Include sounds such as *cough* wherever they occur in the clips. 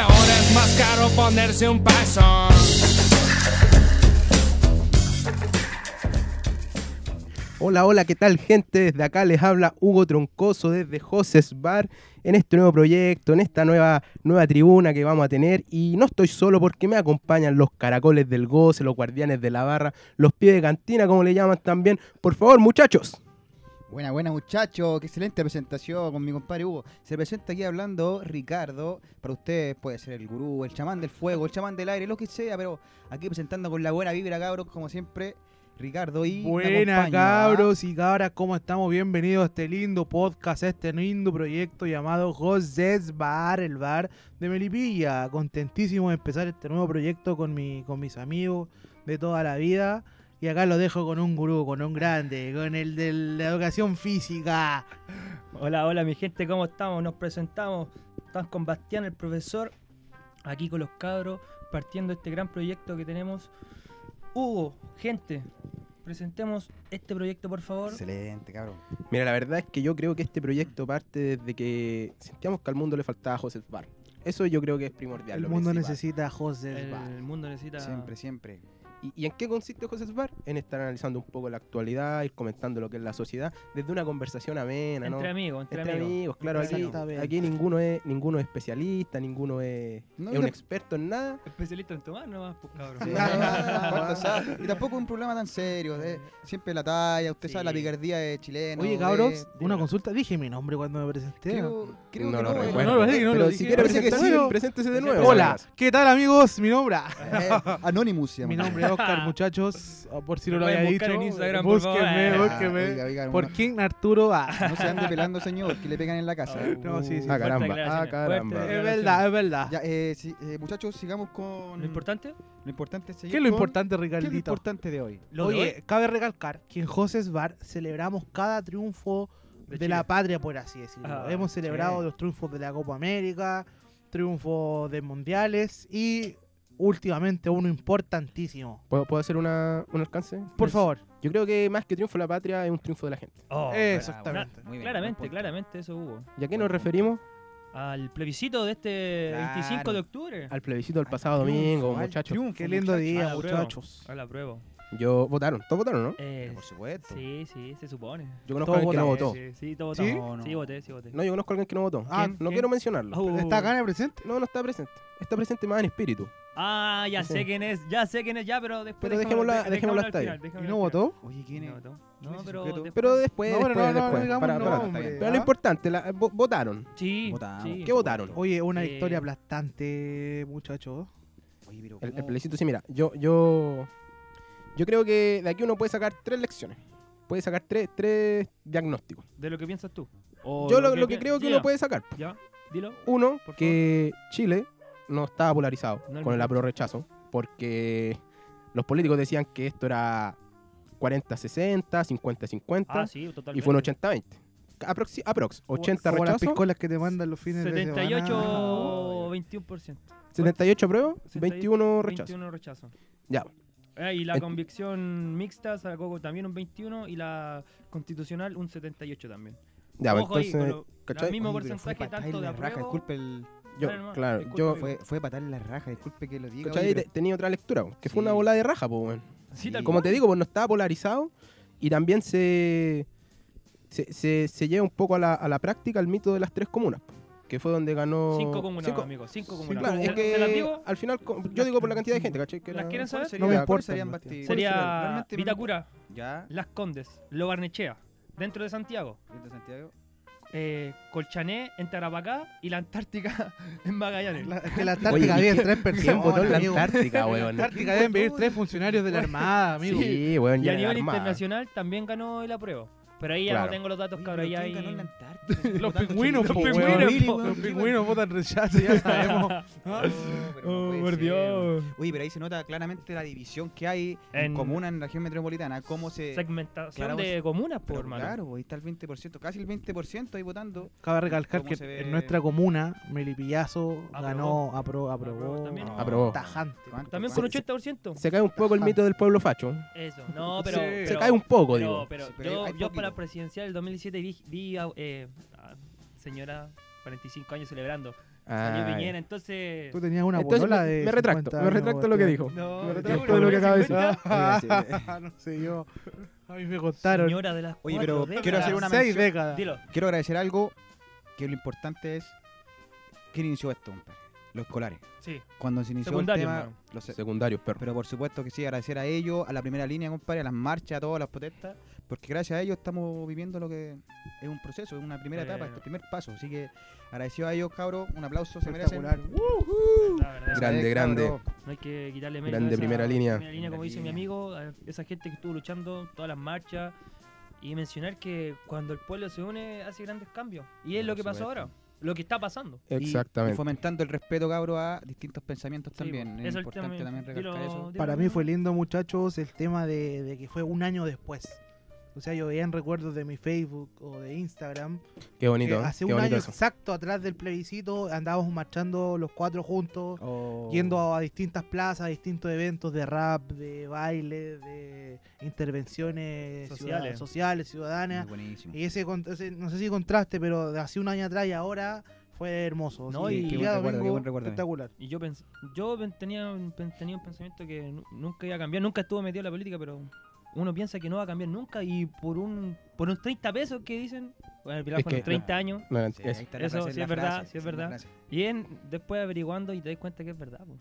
Ahora es más caro ponerse un paso. Hola, hola, ¿qué tal gente? Desde acá les habla Hugo Troncoso desde Joses Bar en este nuevo proyecto, en esta nueva, nueva tribuna que vamos a tener. Y no estoy solo porque me acompañan los caracoles del goce, los guardianes de la barra, los pies de cantina, como le llaman también. Por favor, muchachos. Buena, buena muchachos, qué excelente presentación con mi compadre Hugo. Se presenta aquí hablando Ricardo, para ustedes puede ser el gurú, el chamán del fuego, el chamán del aire, lo que sea, pero aquí presentando con la buena vibra, cabros, como siempre, Ricardo y... me Buena acompaña, ¿ah? cabros y cabras, ¿cómo estamos? Bienvenidos a este lindo podcast, a este lindo proyecto llamado José's Bar, el bar de Melipilla. Contentísimo de empezar este nuevo proyecto con, mi, con mis amigos de toda la vida. Y acá lo dejo con un gurú, con un grande, con el de la educación física. Hola, hola mi gente, ¿cómo estamos? Nos presentamos, estamos con Bastián, el profesor, aquí con los cabros, partiendo este gran proyecto que tenemos. Hugo, gente, presentemos este proyecto por favor. Excelente, cabrón. Mira, la verdad es que yo creo que este proyecto parte desde que sentíamos que al mundo le faltaba a Joseph Bar. Eso yo creo que es primordial. El lo mundo principal. necesita José's El, Bar. mundo necesita... Siempre, siempre. ¿Y, y en qué consiste Joseph Bar? En estar analizando un poco la actualidad, ir comentando lo que es la sociedad, desde una conversación amena, ¿no? Este Entre amigos, entre, Entre amigos. amigos, claro, aquí, Exactamente. aquí ninguno es ninguno es especialista, ninguno es, No, es y un la- experto en nada. Especialista en tomar nomás, pues cabrón. *laughs* Sí, Ah, ah, ah, *laughs* cuánto ah. sabe. y tampoco es un problema tan serio, eh. siempre la talla, usted Sí. sabe la picardía de chileno. Oye, de- cabros, de- una consulta. Dije mi nombre cuando me presenté. Creo, creo no que lo no, eh. recuerdo. No lo dije, no pero lo si dije. quiere Parece que presentarse, sí. preséntese de Presenta- nuevo. Hola, ¿qué tal amigos? Mi nombre. ah, Eh, Anonymous se llama. Mi nombre *laughs* es Oscar, muchachos. Ah, Por si no lo Me pueden había dicho. buscar en Instagram, por favor. búsquenme, Ah, búsquenme. oiga, oiga, Por hermano. King Arturo A. No se ande pelando, señor, que le pegan en la casa. No, sí, sí. Ah, fuerte caramba, declaraciones, ah, caramba. fuerte. Es verdad, es verdad. Ya, eh, sí, eh, muchachos, sigamos con. Lo importante, Lo importante es seguir ¿Qué es lo con- importante, ¿Qué es lo Ricardito? importante de hoy? lo de hoy, Oye, cabe recalcar que en José's Bar celebramos cada triunfo De de, Chile. la patria, por así decirlo. Ah, Hemos celebrado sí. los triunfos de la Copa América, triunfos de mundiales y últimamente uno importantísimo. ¿Puedo, puedo hacer una, un alcance? Por Pues- favor, Yo creo que más que triunfo de la patria es un triunfo de la gente. Oh, exactamente. Muy bien, claramente, buen punto. claramente eso Hugo. ¿Y a qué nos referimos? Al plebiscito de este Claro. 25 de octubre. Al plebiscito del pasado Al triunfo, domingo, al muchachos. triunfo, Qué lindo muchachos. día, Ah, bueno. muchachos. A la prueba. Yo votaron, todos votaron, ¿no? Eh, Por supuesto. sí, sí, se supone. Yo conozco a Todos alguien que no votaron. votó. Sí, sí, todo ¿Sí? votado. No, Sí, no. voté, sí, voté. No, yo conozco a alguien que no votó. Ah, no ¿quién? quiero mencionarlo. Oh. ¿Está acá en el presente? No, no está presente. Está presente más en espíritu. Ah, ya Sí. sé quién es, ya sé quién es, ya, pero después. Pero dejémosla- de- dejémosla al hasta ahí. final, dejémosla ¿Y no al final. votó? Oye, ¿quién es? No votó. ¿Quién es No, ese pero. sujeto? después- Pero después, No, bueno, después, no, no, después. digamos Para- no, para- hombre, Pero lo ¿ah? importante, la- vo- votaron. Sí, Votamos. sí. ¿Qué votaron? Oye, una Eh. victoria aplastante, muchachos. Oye, pero El, el ¿cómo? plebiscito, sí, mira, yo, yo, yo creo que de aquí uno puede sacar tres lecciones. Puede sacar tres, tres diagnósticos. De lo que piensas tú. Yo Oh, lo, lo que creo que lo uno puede sacar. Ya, dilo. Uno, Por que Chile no estaba polarizado No es con el verdad. apro-rechazo, porque los políticos decían que esto era 40-60, 50-50, Ah, sí, totalmente. y fue un 80-20. Aprox, aprox 80 Como las rechazo, piscolas que te mandan los fines de semana. Oh, 78, 21%. 78 apruebo, 78, 21 rechazo. 21 rechazo. Ya, Eh, y la Ent- convicción mixta sacó también un 21 y la constitucional un 78 también. ya, pues, Ojo ahí, con entonces, lo- ¿cachai? el mismo Oye, pero fue porcentaje patarle tanto de la raja, apruebo. disculpe el- yo, Dale nomás, claro, disculpa, yo, amigo. Fue, fue patarle la raja, disculpe que lo diga. ¿Cachai? oye, Te- pero- Tenía otra lectura, po, que fue una Sí. bola de raja, po, weón. Sí, tal Como cual. te digo, pues no estaba polarizado y también se, se, se, se lleva un poco a la, a la práctica el mito de las tres comunas, po, que fue donde ganó... Cinco comunas, Cinco- amigos. Cinco Sí, comunas. claro, es ¿Se- se las que digo? al final, co- yo digo por la cantidad de gente, ¿cachai? Que ¿Las era- quieren saber? ¿Cuáles No me serían- importa, cuáles serían Bastián. Basti- cuáles serían? Sería Realmente me- Vitacura, Ya, Las Condes, Lobarnechea, dentro de Santiago. desde Santiago. eh, Colchané en Tarapacá y la Antártica *laughs* en Magallanes. La- que la Antártica Oye, ¿y había qué- tres ¿Quién personas. votó en la amigo. Antártica, En la weón? Antártica deben vivir tres funcionarios de la Armada, amigo. Sí, weón, y ya a era nivel armada. internacional también ganó el apruebo. Pero ahí ya Claro. no tengo los datos, Oye, cabrón. pero ahí ¿quién ganó en la hay- Antártica? Si Los votando pingüinos, Chile, po, los Los weón. pingüinos, po. Los pingüinos votan *laughs* rechazo, ya sabemos. ¿Ah? Oh, pero no puede ser, weón. Oye, pero ahí se nota claramente la división que hay en En- comuna en región metropolitana. Cómo se. Segmentación Claro, de comunas, por Pero hermano. Claro, pues, ahí está el 20%, casi el 20% ahí votando. Cabe recalcar ¿Cómo que se ve? en nuestra comuna, Melipillazo Aprobó. ganó, apro- aprobó, Ah, Aprobó también. Aprobó. tajante. ¿Cuánto? También Sí, con sí. 80%. Se cae un poco el mito del pueblo facho. Eso, no, Sí. pero. Se Se Ah. pero- cae un poco, pero- digo. pero Sí, pero hay yo, yo poquito. para la presidencial del 2017 vi, vi a, eh, a señora 45 años celebrando. Salió Ah, ya. Piñera, entonces... Tú tenías una Ah, Entonces, polola me- de. me retracto, 50 me años, retracto lo cuestión. que dijo. *laughs* No, Me no, retracto no, de lo no, que no, acaba de no, no, Ah, *laughs* no sé yo. A mí me contaron. Señora de las Oye, cuatro pero décadas. quiero hacer una Seis mención. décadas. Dilo. Quiero agradecer algo que lo importante es quién inició esto, compadre? Los escolares. Sí. Cuando se inició Secundario, el tema, hermano. los- Secundarios, perro. pero por supuesto que sí, agradecer a ellos, a la primera línea, compadre, a las marchas, a todas las protestas, porque gracias a ellos estamos viviendo lo que es un proceso, es una primera etapa, Bueno. es el primer paso. Así que agradecido a ellos, cabros, un aplauso, se merecen. Espectacular. La verdad, Grande, Agradezco, grande. cabros. No hay que quitarle mérito. Grande a esa primera línea. Primera línea, como dice mi Primera amigo, a esa gente que estuvo luchando todas las marchas. Y mencionar que cuando el pueblo se une hace grandes cambios. Y es Por lo que pasó supuesto. ahora. Lo que está pasando. Y- Y, Exactamente. fomentando el respeto, cabros, a distintos pensamientos Sí, también. po. Es Eso el importante tema. también recalcar Dilo- eso. dilo, Para mí amigo. fue lindo, muchachos, el tema de, de que fue un año después. O sea, yo veía en recuerdos de mi Facebook o de Instagram. Qué bonito, que ¿eh? hace qué un bonito año eso. exacto atrás del plebiscito andábamos marchando los cuatro juntos, Oh, Oh. yendo a distintas plazas, a distintos eventos de rap, de baile, de intervenciones Sociales. ciudad- sociales Muy ciudadanas. buenísimo. Y ese, con- ese- no sé si contraste, pero de hace un año atrás y ahora fue hermoso. No, Así y- que Qué el buen día recuerdo, qué domingo, buen recuerdo. espectacular. Y yo, pens- yo pen- tenía, un pen- tenía un pensamiento que nu- nunca iba a cambiar, nunca estuve metido en la política, pero uno piensa que no va a cambiar nunca y por un por unos 30 pesos que dicen, bueno, el Pilar Es fueron que- 30 años, No, Sí, es- ahí está la Eso frase, sí la es verdad, frase, sí es esa la verdad. frase. y en- después averiguando y te das cuenta que es verdad. po.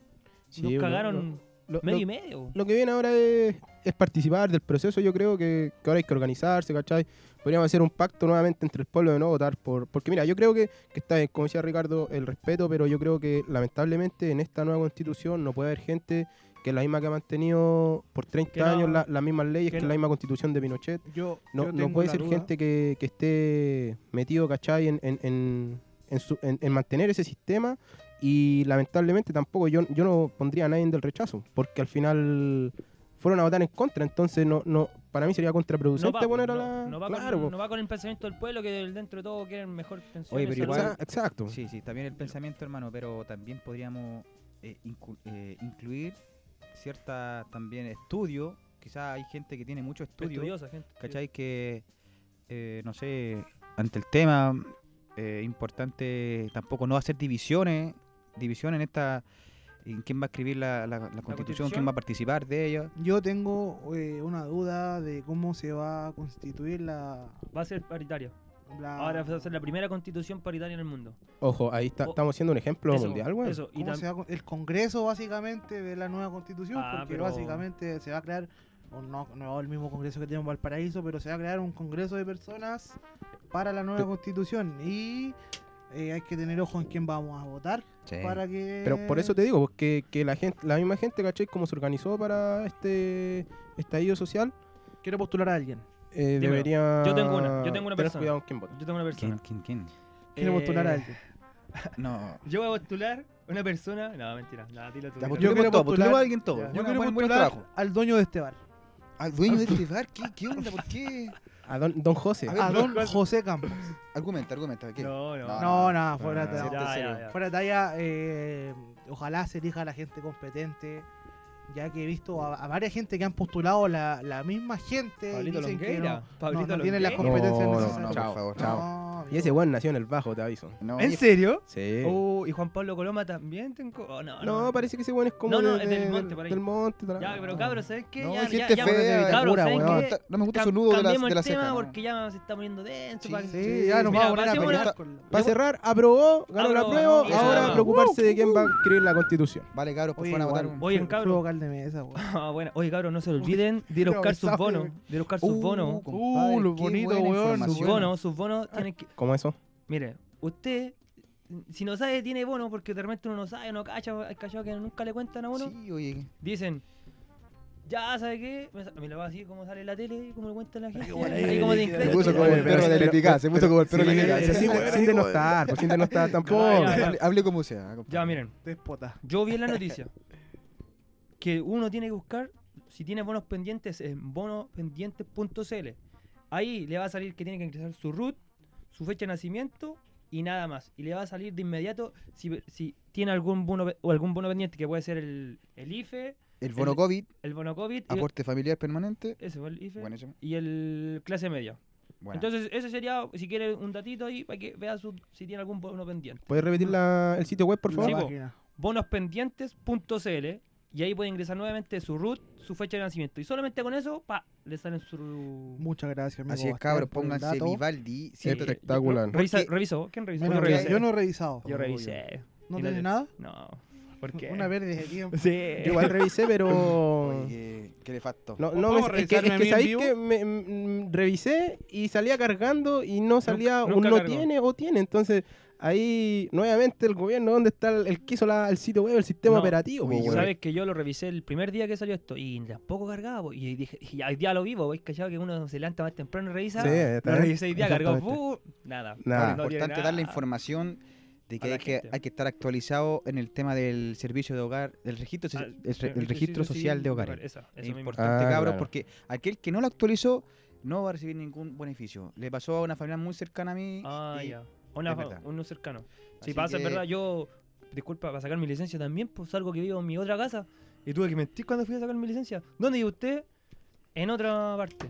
sí, Nos lo- cagaron lo- lo- medio y medio. lo que viene ahora es, es participar del proceso. Yo creo que, que ahora hay que organizarse, ¿cachai? Podríamos hacer un pacto nuevamente entre el pueblo de no votar por. Porque mira, yo creo que, que está bien, como decía Ricardo, el respeto, pero yo creo que lamentablemente en esta nueva constitución no puede haber gente que es la misma que ha mantenido por 30 Que no- años la- las mismas leyes, que, que es la no- misma constitución de Pinochet. Yo, No, yo no tengo puede la ser duda. gente que, que esté metido, ¿cachai? En, en, en, en su- en- en mantener ese sistema y lamentablemente tampoco yo, yo no pondría a nadie del rechazo, porque al final fueron a votar en contra, entonces no, no para mí sería contraproducente po, poner a no- la... no va claro, po. con, no va con el pensamiento del pueblo que dentro de todo quieren mejor tensión. Oye, pero Exa- igual- Exacto. Sí, sí, también el pensamiento, hermano, pero también podríamos eh, incu- eh, incluir cierta también estudio. Quizás hay gente que tiene mucho estudio, estudiosa, gente. ¿cachai? Que, eh, no sé, ante el tema eh, importante tampoco no hacer divisiones, divisiones en esta, en quién va a escribir la, la- la constitución, Constitución. quién va a participar de ella. Yo tengo eh, una duda de cómo se va a constituir la. Va a ser paritaria. la- Ahora va a ser la primera constitución paritaria en el mundo. Ojo, ahí está- O- estamos siendo un ejemplo Eso, mundial, güey. eso. Y ¿Cómo tam- se va a con- el Congreso básicamente de la nueva constitución, Ah, porque pero- básicamente se va a crear, o no, no el mismo Congreso que tenemos en Valparaíso, pero se va a crear un Congreso de personas para la nueva Pe- constitución y eh, hay que tener ojo en quién vamos a votar Eh, para que... Pero por eso te digo, porque que la gente, la misma gente, ¿cachai? Como se organizó para este estallido social, Quiero postular a alguien. eh, Dímelo. debería... Yo tengo una- yo tengo una tener persona. cuidado en quién vota. Yo tengo una ¿Quién, quién, persona. quién? Quiero Eh, postular a alguien. No. Yo voy a postular una persona. No, mentira. No, Ya, dilo tú. dilo postulemos tú. quiero todo, postulemos postular- a alguien todo. Ya. Buena- Yo quiero buen- buen postular trabajo. al dueño de este bar, ¿Al dueño *laughs* de este bar? ¿Qué, qué onda? ¿Por qué? A don, don José. A ver, a don José Campos. Argumenta, argumenta. ¿qué? No, no. No, No, nada, fuera Ah, de sí, ya, en ya, serio. ya. Fuera de talla, eh, ojalá se elija a la gente competente, ya que he visto a, a varias gente que han postulado la, la misma gente Pablito y dicen que Longueira. no, Pablito no, no tiene las Longueira. competencias No, no, necesarias. no, por chao, favor. chao. No, Y ese amigo. weón nació en el bajo, te aviso. No, ¿En y- serio? Sí. Oh, y Juan Pablo Coloma también tengo. oh, no, no, no. parece que ese weón es como. No, no, de- es de- del monte, por ahí. Del monte, tra- Ya, pero cabros, ¿sabes qué? No, este ya, hay ya, gente ya, fea, cabros, pura, ¿saben weón. qué? Está- No me gusta Cam- su nudo de la, cambiemos de la el tema ceja. no. porque ya se está poniendo denso. Sí, pa- Sí, ya nos Mira, vamos a poner a pasemos pelear una- con la- Para cerrar, aprobó, ganó la Aprobó, prueba. ganó, y ahora aprobó. preocuparse de quién va a escribir la constitución. Vale, cabros, por Oye, favor, a votar. igual, Oye, fui- cabro. fui vocal de *laughs* mesa, weón. *laughs* Ah, bueno. Oye, cabros, no se olviden de ir a no, buscar sus sabe, bonos. weón. De ir a buscar sus bonos. compadre, Uh, lo qué bonito, buena weón, Sus información. bonos, sus bonos tienen que. ¿Cómo eso? Mire, usted, si no sabe, tiene bonos porque de repente uno no sabe, no cacha, hay cachado que nunca le cuentan a uno. Sí, oye. Dicen, ya, ¿sabe qué? Me, sa- me lo va así como sale en la tele, como lo cuenta la gente. buena ahí idea, como de idea. Se incrédulo. puso como el Pero- perro de pero- Lepicá, se puso como el perro de Sí, Lepicá. pero sí, weón, sin denostar, pues sin *laughs* denostar tampoco. Ya, ya, Hable- Hable como sea. compadre. Ya, miren, Déspota. yo vi en la noticia que uno tiene que buscar, si tiene bonos pendientes, en bonospendientes.cl. Ahí le va a salir que tiene que ingresar su root, su fecha de nacimiento y nada más. Y le va a salir de inmediato si, si tiene algún bono, pe- o algún bono pendiente, que puede ser el, el IFE, El bono COVID, el bono COVID, y- aporte familiar permanente. ese, el IFE, Buenísimo. y el clase media. Bueno, Entonces, ese sería, si quiere, un datito ahí para que vea su- si tiene algún bono pendiente. ¿Puedes repetir la- el sitio web, por favor? Sí, po. página. Bonospendientes.cl y ahí puede ingresar nuevamente su root, su fecha de nacimiento. Y solamente con eso, pa, le salen su. Muchas gracias, amigo. así es, Bastián, cabros, por el pónganse dato. Vivaldi. siete- Sí. Espectacular. Revisa, Porque- reviso, ¿quién revisó? Yo no, Bueno, Yo he revisé. revisado. revisé. yo no he revisado. Yo revisé. ¿No Y tiene le- nada? No. *laughs* ¿Por qué? Una pérdida de tiempo. Sí. Yo *laughs* igual revisé, pero. Oye, qué nefasto. No, no, ¿Puedo me- es que, revisarme es a que mí en sabéis vivo? que me- mm, mm, revisé y salía cargando y no salía, nunca o no cargó. tiene o tiene. Entonces, ahí nuevamente el gobierno, ¿dónde está el, el que hizo la- el sitio web, el sistema No. operativo? po, Oye, weón? Sabes que yo lo revisé el primer día que salió esto y tampoco cargaba. po. Y dije, y hoy día lo vivo, vais cachado que uno se levanta más temprano y revisa. Sí, está lo bien. revisé hoy día, cargó. Exactamente. ¡pum! Nada. Nada. No Importante tiene dar la nada. información de A que la hay, que gente. hay que estar actualizado en el tema del servicio de hogar, del registro, Ah, el, re- el registro civil social de hogares. Esa, eso Es mismo. importante, Ah, cabros, claro. porque aquel que no lo actualizó no va a recibir ningún beneficio. Le pasó a una familia muy cercana a mí. Ah, y- ya. Una, es verdad. uno cercano. así Si pasa, es que- verdad, yo, disculpa, para sacar mi licencia también, pues algo que vivo en mi otra casa. Y tuve que mentir cuando fui a sacar mi licencia. ¿Dónde vive usted? En otra parte.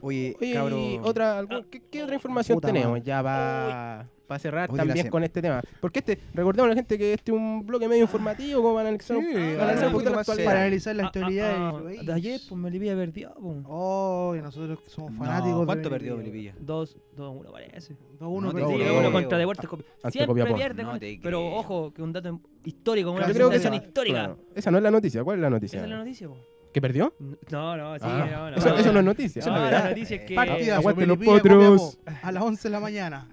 Oye, Oye, y cabros. otra, algún- Ah. ¿qué, qué otra información Puta tenemos madre. ya para cerrar Oye, la también sem- con este tema? Porque este, recordemos a la gente que este es un bloque medio informativo, como para analizar, Sí, para ah, analizar un un poquito poquito la más actualidad. Para analizar las Ah, teorías ah, de ah, Luis. de ayer, pues me le había perdido. Pues. Oh, y nosotros que somos No, fanáticos. de ¿Cuánto Melipilla. perdió Melipilla? Dos, dos, uno parece. Dos, uno No te perdió. Sí, creo. uno creo. contra Deportes. Copi- Ante Siempre Copiapó. pierde. No con- te pero creo. ojo, que un dato en- histórico, una Yo Claro, Las creo que presentación esa, histórica. claro, esa no es la noticia. ¿Cuál es la Esa noticia? es la noticia, po. ¿Que perdió? No, no, sí, Ah. no, no. Eso, eso no es No, noticia. Ah, eso no es la verdad. noticia es que. Partidazo, Aguante los Melipilla, potros. Copiapó, A las 11 de la mañana.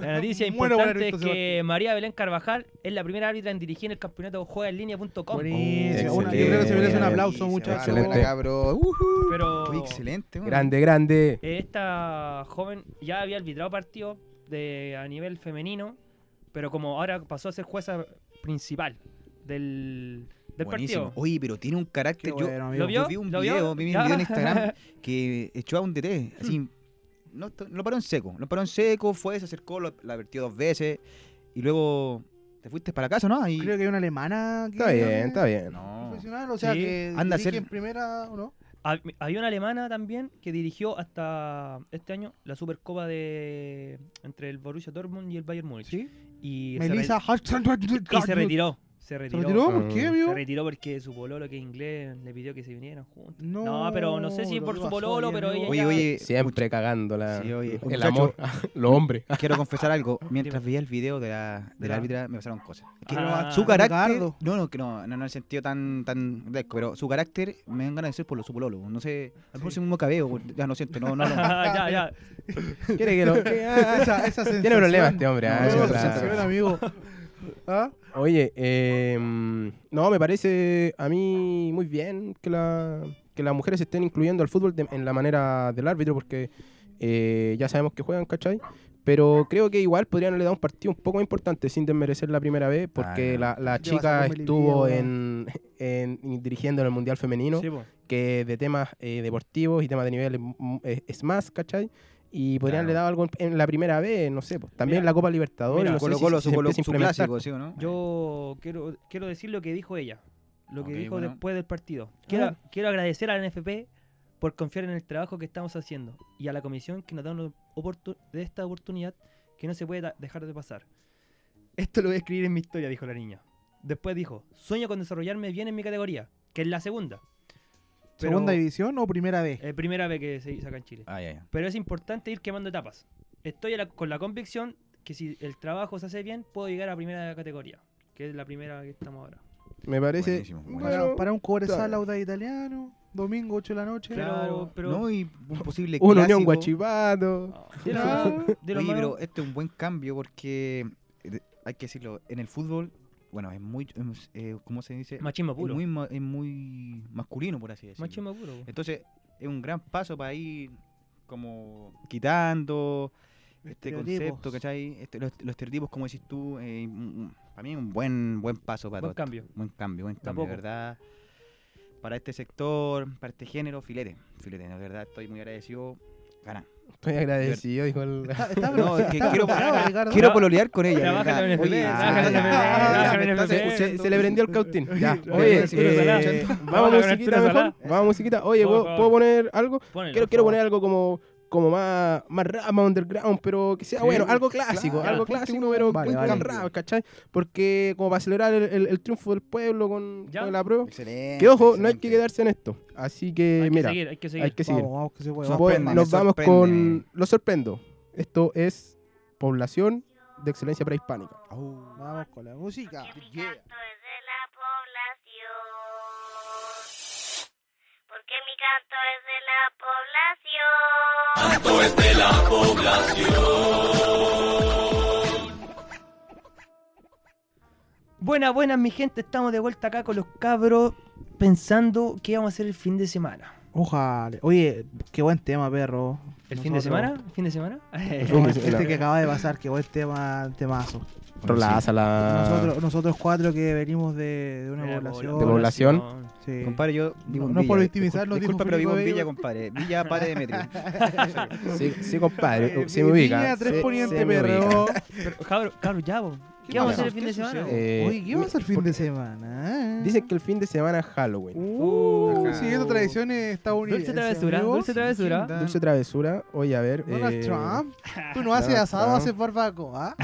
La noticia *laughs* Bueno, importante bueno, es entonces, que María Belén Carvajal es la primera árbitra en dirigir el campeonato juegaenlinea.com. Buenísimo. Oh, Una- Yo creo que se merece un excelente. aplauso, muchachos. muchachos. Excelente. cabros. Ujú. Pero Oye, excelente. bueno. Grande, grande. eh, esta joven ya había arbitrado partidos de, a nivel femenino, pero como ahora pasó a ser jueza principal del, del Buenísimo. partido. Oye, pero tiene un Qué carácter. Yo, bueno, ¿Lo amigo. vio? yo vi un ¿Lo vio? video, vi un Ya. Hmm. video en *laughs* Instagram que echó a un DT. Así, no, to- lo paró en seco. Lo paró en seco, fue, se acercó, lo, la vertió dos veces. Y luego te fuiste para casa, ¿no? Y, Creo que hay una alemana. que- Está bien, está bien. no. Profesional, o sea Sí. que. Anda a dirige ser- en primera, ¿o no? Hab- Había una alemana también que dirigió hasta este año la Supercopa de entre el Borussia Dortmund y el Bayern Múnich. Sí. Y, se, Melissa re- y se retiró. Se ¿Se retiró. retiró? Ah. ¿Por qué, amigo? Se retiró porque su pololo, que es inglés, le pidió que se vinieran juntos. No, No, pero no sé si lo por que su pasó pololo, ayer, pero amigo. ella. Oye, ya- oye, Siempre cagándola. Sí, oye, el muchacho. amor, los hombres. Quiero confesar *laughs* algo. Mientras veía el video de la, de la árbitra, me pasaron cosas. Es que Ah, su carácter. Ricardo. No, no, que no, no, no en el sentido tan, tan grotesco, pero su carácter me dan ganas de decir por lo su pololo. No sé, a lo mejor es un mismo cabello. Ya no siento, no, no, *laughs* no. *laughs* ya, ya. *laughs* Quiere que lo- que- ah, ah. Esa, esa *laughs* Tiene sensación. problemas este hombre. ah, No, esa no, es la- sensación, *laughs* amigo. ¿Ah? Oye, eh, mm, no, me parece a mí muy bien que, la, que las mujeres estén incluyendo al fútbol de- en la manera del árbitro, porque eh, ya sabemos que juegan, ¿cachai? Pero creo que igual podrían le dar un partido un poco importante sin desmerecer la primera vez, porque Ah, la, la ¿Qué le vas a chica comer el estuvo día, en, en- dirigiendo en el Mundial Femenino. Sí, po. que de temas eh, deportivos y temas de nivel mm, es, es más, ¿cachai? Y podrían Claro. le dar algo en, en la primera vez, no sé, pues, también Mira, la Copa Libertadores, mira, no sé Colo si- Colo, si su, se Colo- empieza a su implementar. clásico, ¿sí o no? Yo quiero, quiero decir lo que dijo ella, lo que Ok, dijo bueno. después del partido. Quiero, Ah. quiero agradecer a la NFP por confiar en el trabajo que estamos haciendo y a la comisión que nos da una oportu- de esta oportunidad que no se puede da- dejar de pasar. Esto lo voy a escribir en mi historia, dijo la niña. Después dijo, sueño con desarrollarme bien en mi categoría, que es la segunda. Pero- ¿Segunda división o primera vez? Eh, primera vez que se hizo acá en Chile. Ah, ya, ya. Pero es importante ir quemando etapas. Estoy a la- con la convicción que si el trabajo se hace bien, puedo llegar a primera categoría, que es la primera que estamos ahora. Me parece... Buenísimo, bueno, para, para un claro. cobresal lauda italiano, domingo 8 de la noche. Pero, Claro. pero no, y un *laughs* posible una unión clásico. guachipato. Ah, de lo- de lo Oye, malo- pero este es un buen cambio porque, eh, hay que decirlo, en el fútbol, bueno, es muy, es, eh, ¿cómo se dice? machismo es puro. muy, ma- es muy masculino, por así decirlo. machismo puro. po. Entonces, es un gran paso para ir como quitando este Estereotipos. concepto, ¿cachai? Este, los, los estereotipos, como decís tú, eh, mm, mm, para mí es un buen, buen paso para todo Buen esto. cambio. Buen cambio, buen a cambio, de poco. verdad. Para este sector, para este género, filete. Filete, de verdad, estoy muy agradecido. Gana. Estoy agradecido, dijo el... *laughs* *laughs* Está, está, No, es que Ah, está quiero- *laughs* preparado, Ricardo. Quiero pololear con ella. de Trabaja verdad. en el Oye, FB, sí, trabaja en el Ah, ya, FB, ya, ya, trabaja me en el estás FB. Se, escuchando. se le prendió el cautín. Ya, Ya, oye, ya, sí, lo eh, salá. vamos a Vamos a musiquita ganar mejor. tres, Vamos a musiquita. Oye, Por ¿puedo, favor. puedo poner algo? *laughs* Quiero, Ponelo, por quiero favor. poner algo como como más, más rap, más underground, pero que sea Sí, bueno, algo clásico, claro. algo Ponte clásico, uno- pero vale, con vale. rap, ¿cachai? Porque como para celebrar el, el- el triunfo del pueblo con, Ya. con la prueba. Excelente. Que ojo, no hay que excelente. quedarse en esto. Así que, hay que mira, seguir, eh, hay que seguir. hay que seguir. Vamos, vamos, que se puede. Vamos. Voy- Sorpréndeme, nos vamos sorpréndeme. con. Lo sorprendo. Esto es población de excelencia prehispánica. Au. Uh, Vamos con la música. canto es de la población. Porque mi canto es de la población. Buenas, buenas, mi gente. Estamos de vuelta acá con los cabros pensando qué vamos a hacer el fin de semana. Ojalá. Oye, qué buen tema, perro. ¿El fin de Nosotros- semana? ¿El fin de *laughs* semana? Eh, Eh, fin de Este semana. que acaba de pasar, qué buen tema, temazo. Rolaza la. Nosotros, nosotros cuatro que venimos de, de una eh, población. Ah. De población. sí. Compadre, yo vivo No- en no Villa. por victimizarnos, Discul- dijo Disculpa, pero Federico vivo en Villa, Bello. compadre. Villa Pare Demetrio. Sí, sí, compadre, Eh, se me ubica. Viña, tres se- poniente, se me ubica. perro. Pero, cabros, cabros, ya, vos. ¿Qué, vamos a hacer el fin de semana? sucede? Eh, Oye, ¿qué va a ser el fin de semana? eh? Dicen que el fin de semana es Halloween. Uh, Ajá. siguiendo tradiciones estadounidenses. Dulce travesura, amigos. dulce travesura. Dulce travesura, oye, a ver. ¿eh, Donald eh, Trump. Tú no haces Donald asado, Trump. haces barbacoa.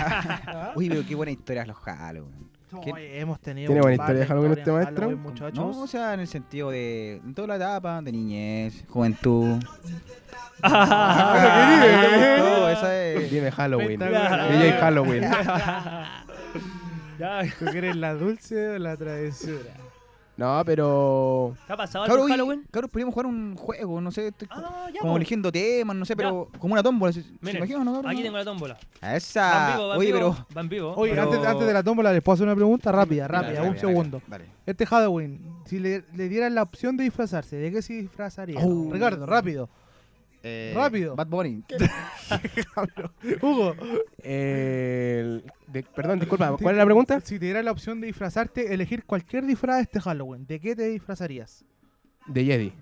*laughs* Uy, pero qué buena historia los Halloween. ¿Quién- Oye, hemos tenido. Tiene buena un par historia de Halloween historias este maestro. Halloween, muchachos. No, o sea, en el sentido de en toda la etapa, de niñez, juventud. Ah, todo, esa es. Dime Halloween. Espectacular. DJ Halloween. Ya, ¿Tú quieres la dulce o la travesura? *laughs* No, pero. ¿Te ha pasado algo Claro, en Halloween? Halloween? Claro, podríamos jugar un juego, no sé, estoy co- Ah, ya, como vos. eligiendo temas, no sé, pero como una tómbola, ¿se, se Miren, imaginan, no, cabrón? Aquí tengo la tómbola. Esa. Van vivo, van Oye, vivo. pero Van vivo. Oye, *laughs* pero- antes, antes de la tómbola les puedo hacer una pregunta rápida, Dale, rápida, dale, un dale, segundo. Dale. Este Halloween, si le, le dieran la opción de disfrazarse, ¿de qué se disfrazaría? Oh. Ricardo, rápido. Eh, Rápido. Bad Bunny. Hugo, el- eh, de- perdón, *laughs* disculpa, ¿cuál es la pregunta? si te dieran la opción de disfrazarte, elegir cualquier disfraz este Halloween, ¿de qué te disfrazarías? De Jedi.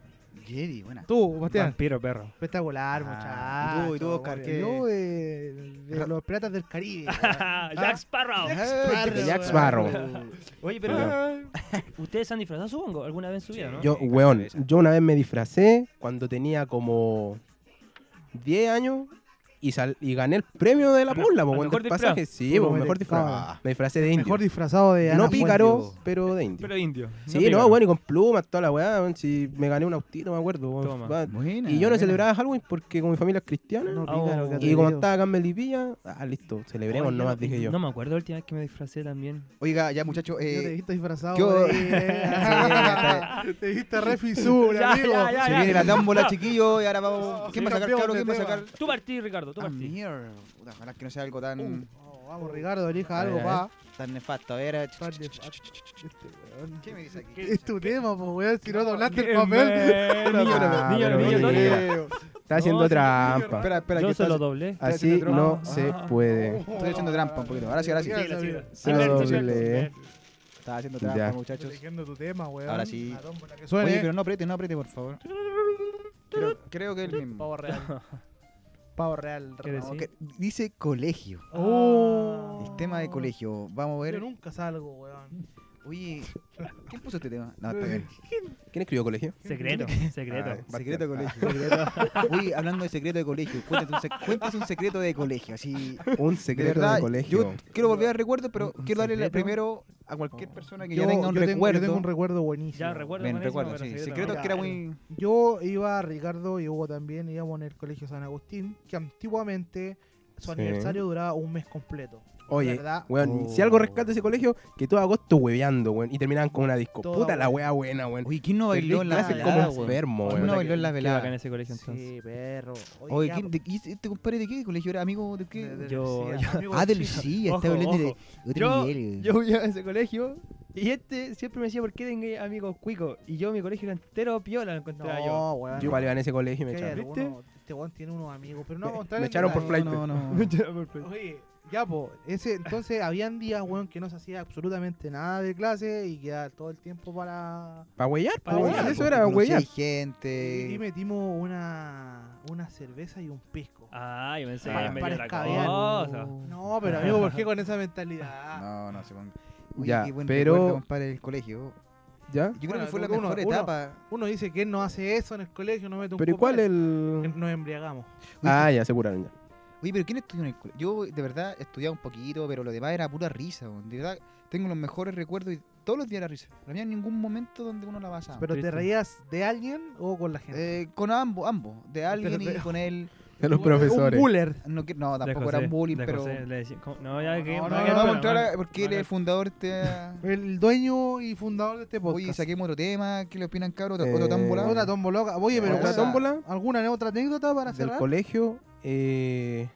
Jedi, buena. Tú, Bastián. Vampiro, perro. Espectacular, Ah, muchacho. y tú, y tú, muy Oscar, bien. ¿qué? Yo, eh, de, Ra- los piratas del Caribe. Ah, Jack Sparrow. Ah, De Jack weón. Sparrow. Oye, pero *laughs* ustedes se han disfrazado, supongo, alguna vez en su vida, ¿no? Yo, Sí, weón, cabeza. yo una vez me disfracé cuando tenía como 10 años y, sal- y gané el premio de la Al me- pula, po, al weón, mejor del disfraz. pasaje. Sí, Tú po, no me mejor te- disfraz. Ah. Me disfracé de indio. Mejor disfrazado de Ana no pícaro, Fuentes. pero de indio. indio. sí, no, bueno, y con plumas, toda la weá, weón, si me gané un autito, me acuerdo. weón. Toma. Va- Buena, Y yo no buena. celebraba Halloween porque como mi familia es cristiana, No, Ah, pícaro, oh. y qué como atrevido. estaba acá en Melipilla, ah, listo, celebremos Oye, nomás, no- dije yo. No me acuerdo la última vez que me disfracé también. Oiga, ya muchachos, Yo te he eh, visto disfrazado. yo- de- te he visto *laughs* re fisura, Ya, amigo. ya, ya. se viene la tómbola, chiquillo, y ahora vamos. ¿Quién va a sacar, campeón cabrón? de ¿Quién va a sacar? tema. Tú partí, Ricardo, tú Ah, partí. mierda. Puta, Ojalá que no sea algo tan, Oh, vamos, Ricardo, elija A ver, algo, a pa. tan nefasto. A ver, Pan de fa- Este weón. ¿qué me dice aquí? Es tu tema, pues, weón. Si no doblaste el Qué *laughs* papel. bueno, Ah, niño, pero niño, niño. no le creo. Está haciendo No, sí, trampa. Espera, espera, que Yo se estás- lo doblé. Así haciendo no trampa. se Ah. puede. Estoy Oh, haciendo trampa un poquito. Ahora sí, ahora sí. Ya, ya, Sí, ya. sí, sí, Se lo sí, sí, doblé. sí. Estaba haciendo trampa, Ya. Estoy muchachos. eligiendo tu tema, weón. Ahora sí. La tómbola que suene. Oye, pero no apriete, no apriete, por favor. Creo, creo que es el mismo. Pavo real. Pavo real. ¿Qué Ramón. decís? Ok, Dice colegio. Oh. El tema de colegio. Vamos a Yo ver. nunca salgo, weón. Oye, ¿quién puso este tema? No, está *laughs* bien. ¿Quién escribió colegio? Secreto, secreto. Ah, Secreto de colegio. Ah. *laughs* Oye, hablando de secreto de colegio, cuéntate un, sec- cuéntate un secreto de colegio. Así, *laughs* Un de secreto de, verdad, colegio. yo quiero volver a recuerdos, pero ¿Un quiero darle la- secreto? primero a cualquier persona que Yo- ya tenga un yo tengo- recuerdo. yo tengo un recuerdo buenísimo. Ya, recuerdo. Bien, buenísimo, recuerdo, pero sí. secreto Secretos no. que era muy... Yo iba, Ricardo y Hugo también, íbamos en el colegio San Agustín, que antiguamente su Sí. aniversario duraba un mes completo. Oye, ¿Verdad? weón, Oh. si algo rescato ese colegio, que todo agosto hueveando, weón. Y terminaban con una disco. Toda Puta la wea. wea buena, weón. Oye, ¿quién no Perdí bailó en la clases velada, como weón? enfermo, ¿Quién weón. no bailó en la Qué bacán velada? ese colegio entonces. Sí, perro. Oye, Oye, ya, ¿quién, de- y ¿este compadre de qué colegio era? ¿Amigo de de- qué? de Yo- Lucía, amigo Ah, de chico. Lucía, Ojo, estaba hablando de ojo. otro Yo, nivel. yo iba a ese colegio y este siempre me decía, ¿por qué tengo amigos cuicos? Y yo mi colegio era entero piola, lo encontraba yo. No, weón. Yo igual iba en ese colegio y me que hay echaron. alguno- ¿Viste? Este weón tiene unos amigos, pero no vamos a entrar Me en echaron por detalles. flight. No, *laughs* no, no. Yo- Oye, ya, po. Ese, entonces, habían días, weón, que no se hacía absolutamente nada de clase y quedaba todo el tiempo para... Pa' huellar, pa' Pa' huellar. huellar, Eso era huellar. Hay gente... Y metimos una, una cerveza y un pisco. Ah, yo pensé Ah, que me otra parezca bien. cosa. No, pero amigo, ¿por qué con esa mentalidad? No, no se ponga. Ya, qué buen pero- recuerdo, compadre, del colegio. ¿Ya? Yo creo Bueno, que fue la uno- mejor uno- etapa. Uno dice que no hace eso en el colegio, no mete un Pero ¿y cuál copete. el...? Nos embriagamos. Ah, ya, se curaron ya. Oye, pero ¿quién estudió en el colegio? Yo, de verdad, estudiaba un poquito, pero lo demás era pura risa. weón. De verdad, tengo los mejores recuerdos y todos los días era risa. No había ningún momento donde uno la pasaba. ¿Pero te Ah, triste. reías de alguien o con la gente? Eh, con ambos, ambos. De alguien Pero- y con él. *laughs* De los *laughs* Un profesores. buller. No, que- no De tampoco José, era un bullying, de pero... José, le decía- ¿cómo? no, ya que. No, no, no, no, no, no, no, vamos a entrar a- no, porque no, él es no. el fundador de *laughs* este... El dueño y fundador de este Oye, podcast. saquemos otro tema, ¿qué le opinan, cabros? Eh, ¿Otro, otro tan volado? Otra tomboloca. Oye, pero Otra ¿cuál- tómbola. ¿Alguna otra anécdota para del cerrar? colegio. eh,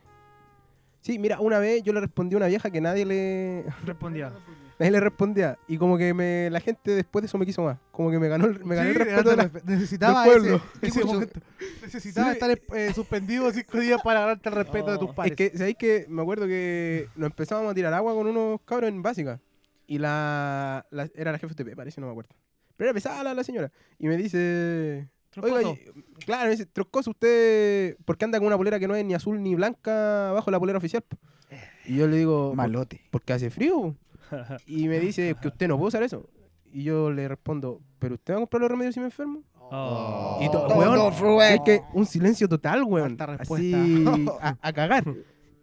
Sí, mira, una vez yo le respondí a una vieja que nadie le, *laughs* Respondía. nadie le respondía. Y como que me, la gente después de eso me quiso más. Como que me ganó el, me ganó el Sí, respeto de la- gato, *laughs* necesitaba del pueblo. ese- *laughs* ese curso? momento. Necesitaba Sí. estar eh, suspendido cinco días para ganarte el respeto de tus Es pares. Es que, ¿sabéis que Me acuerdo que nos empezábamos a tirar agua con unos cabros en básica. Y la, la- Era la jefe TP, parece, no me acuerdo. Pero era pesada la, la señora. Y me dice... Oiga, Troncoso. y- claro, me dice, Troscoso, usted... ¿Por qué anda con una polera que no es ni azul ni blanca abajo de la polera oficial? po?" Y yo le digo... Malote. porque hace *laughs* frío. Y me dice que usted no puede usar eso. Y yo le respondo, pero usted va a comprar los remedios si me enfermo. Oh. Y to- Todo weón, fue- es que un silencio total, weón. Harta respuesta. Así a, a cagar.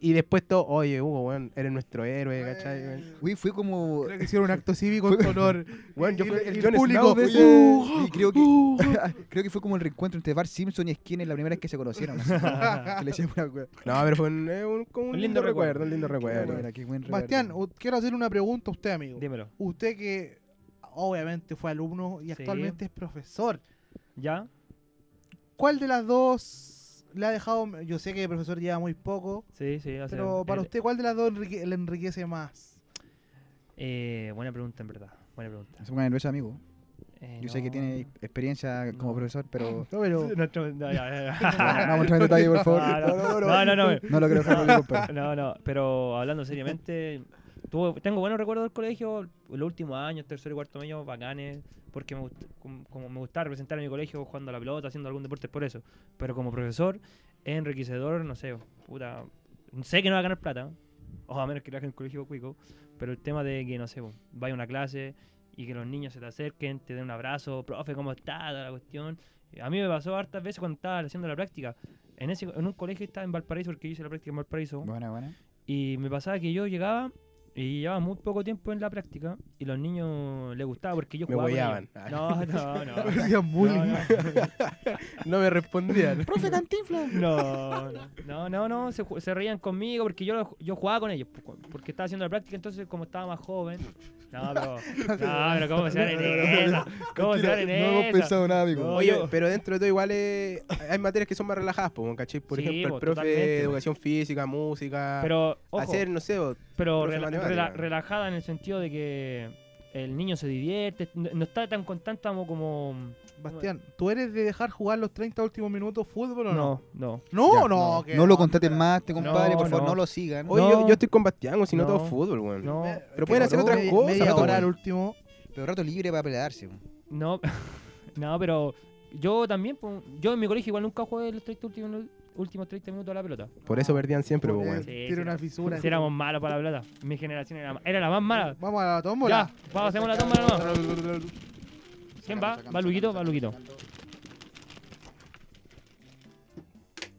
Y después todo, oye, Hugo, weón, eres nuestro héroe, ¿cachai? weón?" Uy, fue como... Creo que hicieron un acto cívico *laughs* en tu honor. Weón, yo Y- fui y el el Jon público, Snow de oye, ese- Y creo que, *laughs* creo que fue como el reencuentro entre Bart Simpson y Skinner la primera vez que se conocieron. *laughs* así, que le hicieron una wea. No, pero fue un, eh, un- como un lindo, recuerdo, un lindo recuerdo. Bueno, qué buen recuerdo. Bastián, u- quiero hacerle una pregunta a usted, amigo. Dímelo. Usted que obviamente fue alumno y actualmente es profesor. ¿Ya? ¿Cuál de las dos le ha dejado? Yo sé que el profesor lleva muy poco, Sí, sí. hace- pero para el- usted, ¿cuál de las dos enrique- le enriquece más? Eh, buena pregunta, en verdad. Buena pregunta. Se pongan nervioso, amigo. Eh, Yo sé que no. tiene experiencia como No. profesor, pero... No, pero Nuestro- no, ya, ya, ya. Bueno, no vamos a entrar en detalle, por favor. No, no, no, no, no. *laughs* No lo creo, Javier, *laughs* compadre. No, no, pero hablando seriamente, tuve- tengo buenos recuerdos del colegio, los últimos años, tercero y cuarto medio, bacanes, porque me, gust- como, como me gustaba representar a mi colegio jugando a la pelota, haciendo algún deporte por eso. Pero como profesor, es enriquecedor, no sé, puta, sé que no va a ganar plata, o a menos que lo haga en el colegio cuico, pero el tema de que, no sé, po, vaya a una clase y que los niños se te acerquen, te den un abrazo, profe, ¿cómo estás? Toda la cuestión. A mí me pasó hartas veces cuando estaba haciendo la práctica. En, ese, en un colegio que estaba en Valparaíso, porque yo hice la práctica en Valparaíso. Bueno, bueno. Y me pasaba que yo llegaba y llevaba muy poco tiempo en la práctica y los niños les gustaba porque yo Me jugaba. con huellaban. ellos. No, no, no. hacían bullying. No me respondían. ¡Profe Cantinflas! No, no, no, no, no, no, se, ju- se reían conmigo porque yo, lo- yo jugaba con ellos, pu- porque estaba haciendo la práctica, entonces como estaba más joven. No, pero, no, pero ¿cómo se van en esa? ¿Cómo se van en No hemos esa? pensado nada, amigo. No, Oye, yo- pero dentro de todo igual eh, hay materias que son más relajadas, po, ¿cachai? Por Sí, ejemplo, po, el profe totalmente. de educación física, música, Pero, ojo, hacer, no sé, o- pero profe rela- matemática. rela- relajada en el sentido de que el niño se divierte, no, no está tan constante como... como Bastián, ¿tú eres de dejar jugar los 30 últimos minutos fútbol o no? no, no. Ya, No, no, no. que No lo no, contraten espera. más, este compadre, No, por favor, no. no lo sigan. Oye, No. yo, yo estoy con Bastián, o si no, No. todo fútbol, weón. No, Pero pueden que hacer no, otras me- cosas. Media po, hora al weón. último. Pero rato libre para pelearse. weón. no, *laughs* no, pero yo también, po, yo en mi colegio igual nunca jugué los 30 últimos, minu- últimos 30 minutos a la pelota. Por eso perdían siempre, po, Pobre, weón. Sí, Tiene sí, una no. fisura. Si éramos malos para la pelota, mi generación era, ma- era la más mala. Vamos a la Ya, tómbola. vamos, hacemos la toma nomás. ¿Quién va? Sacando, ¿Va Luquito? sacando, Va Luquito. sacando, sacando.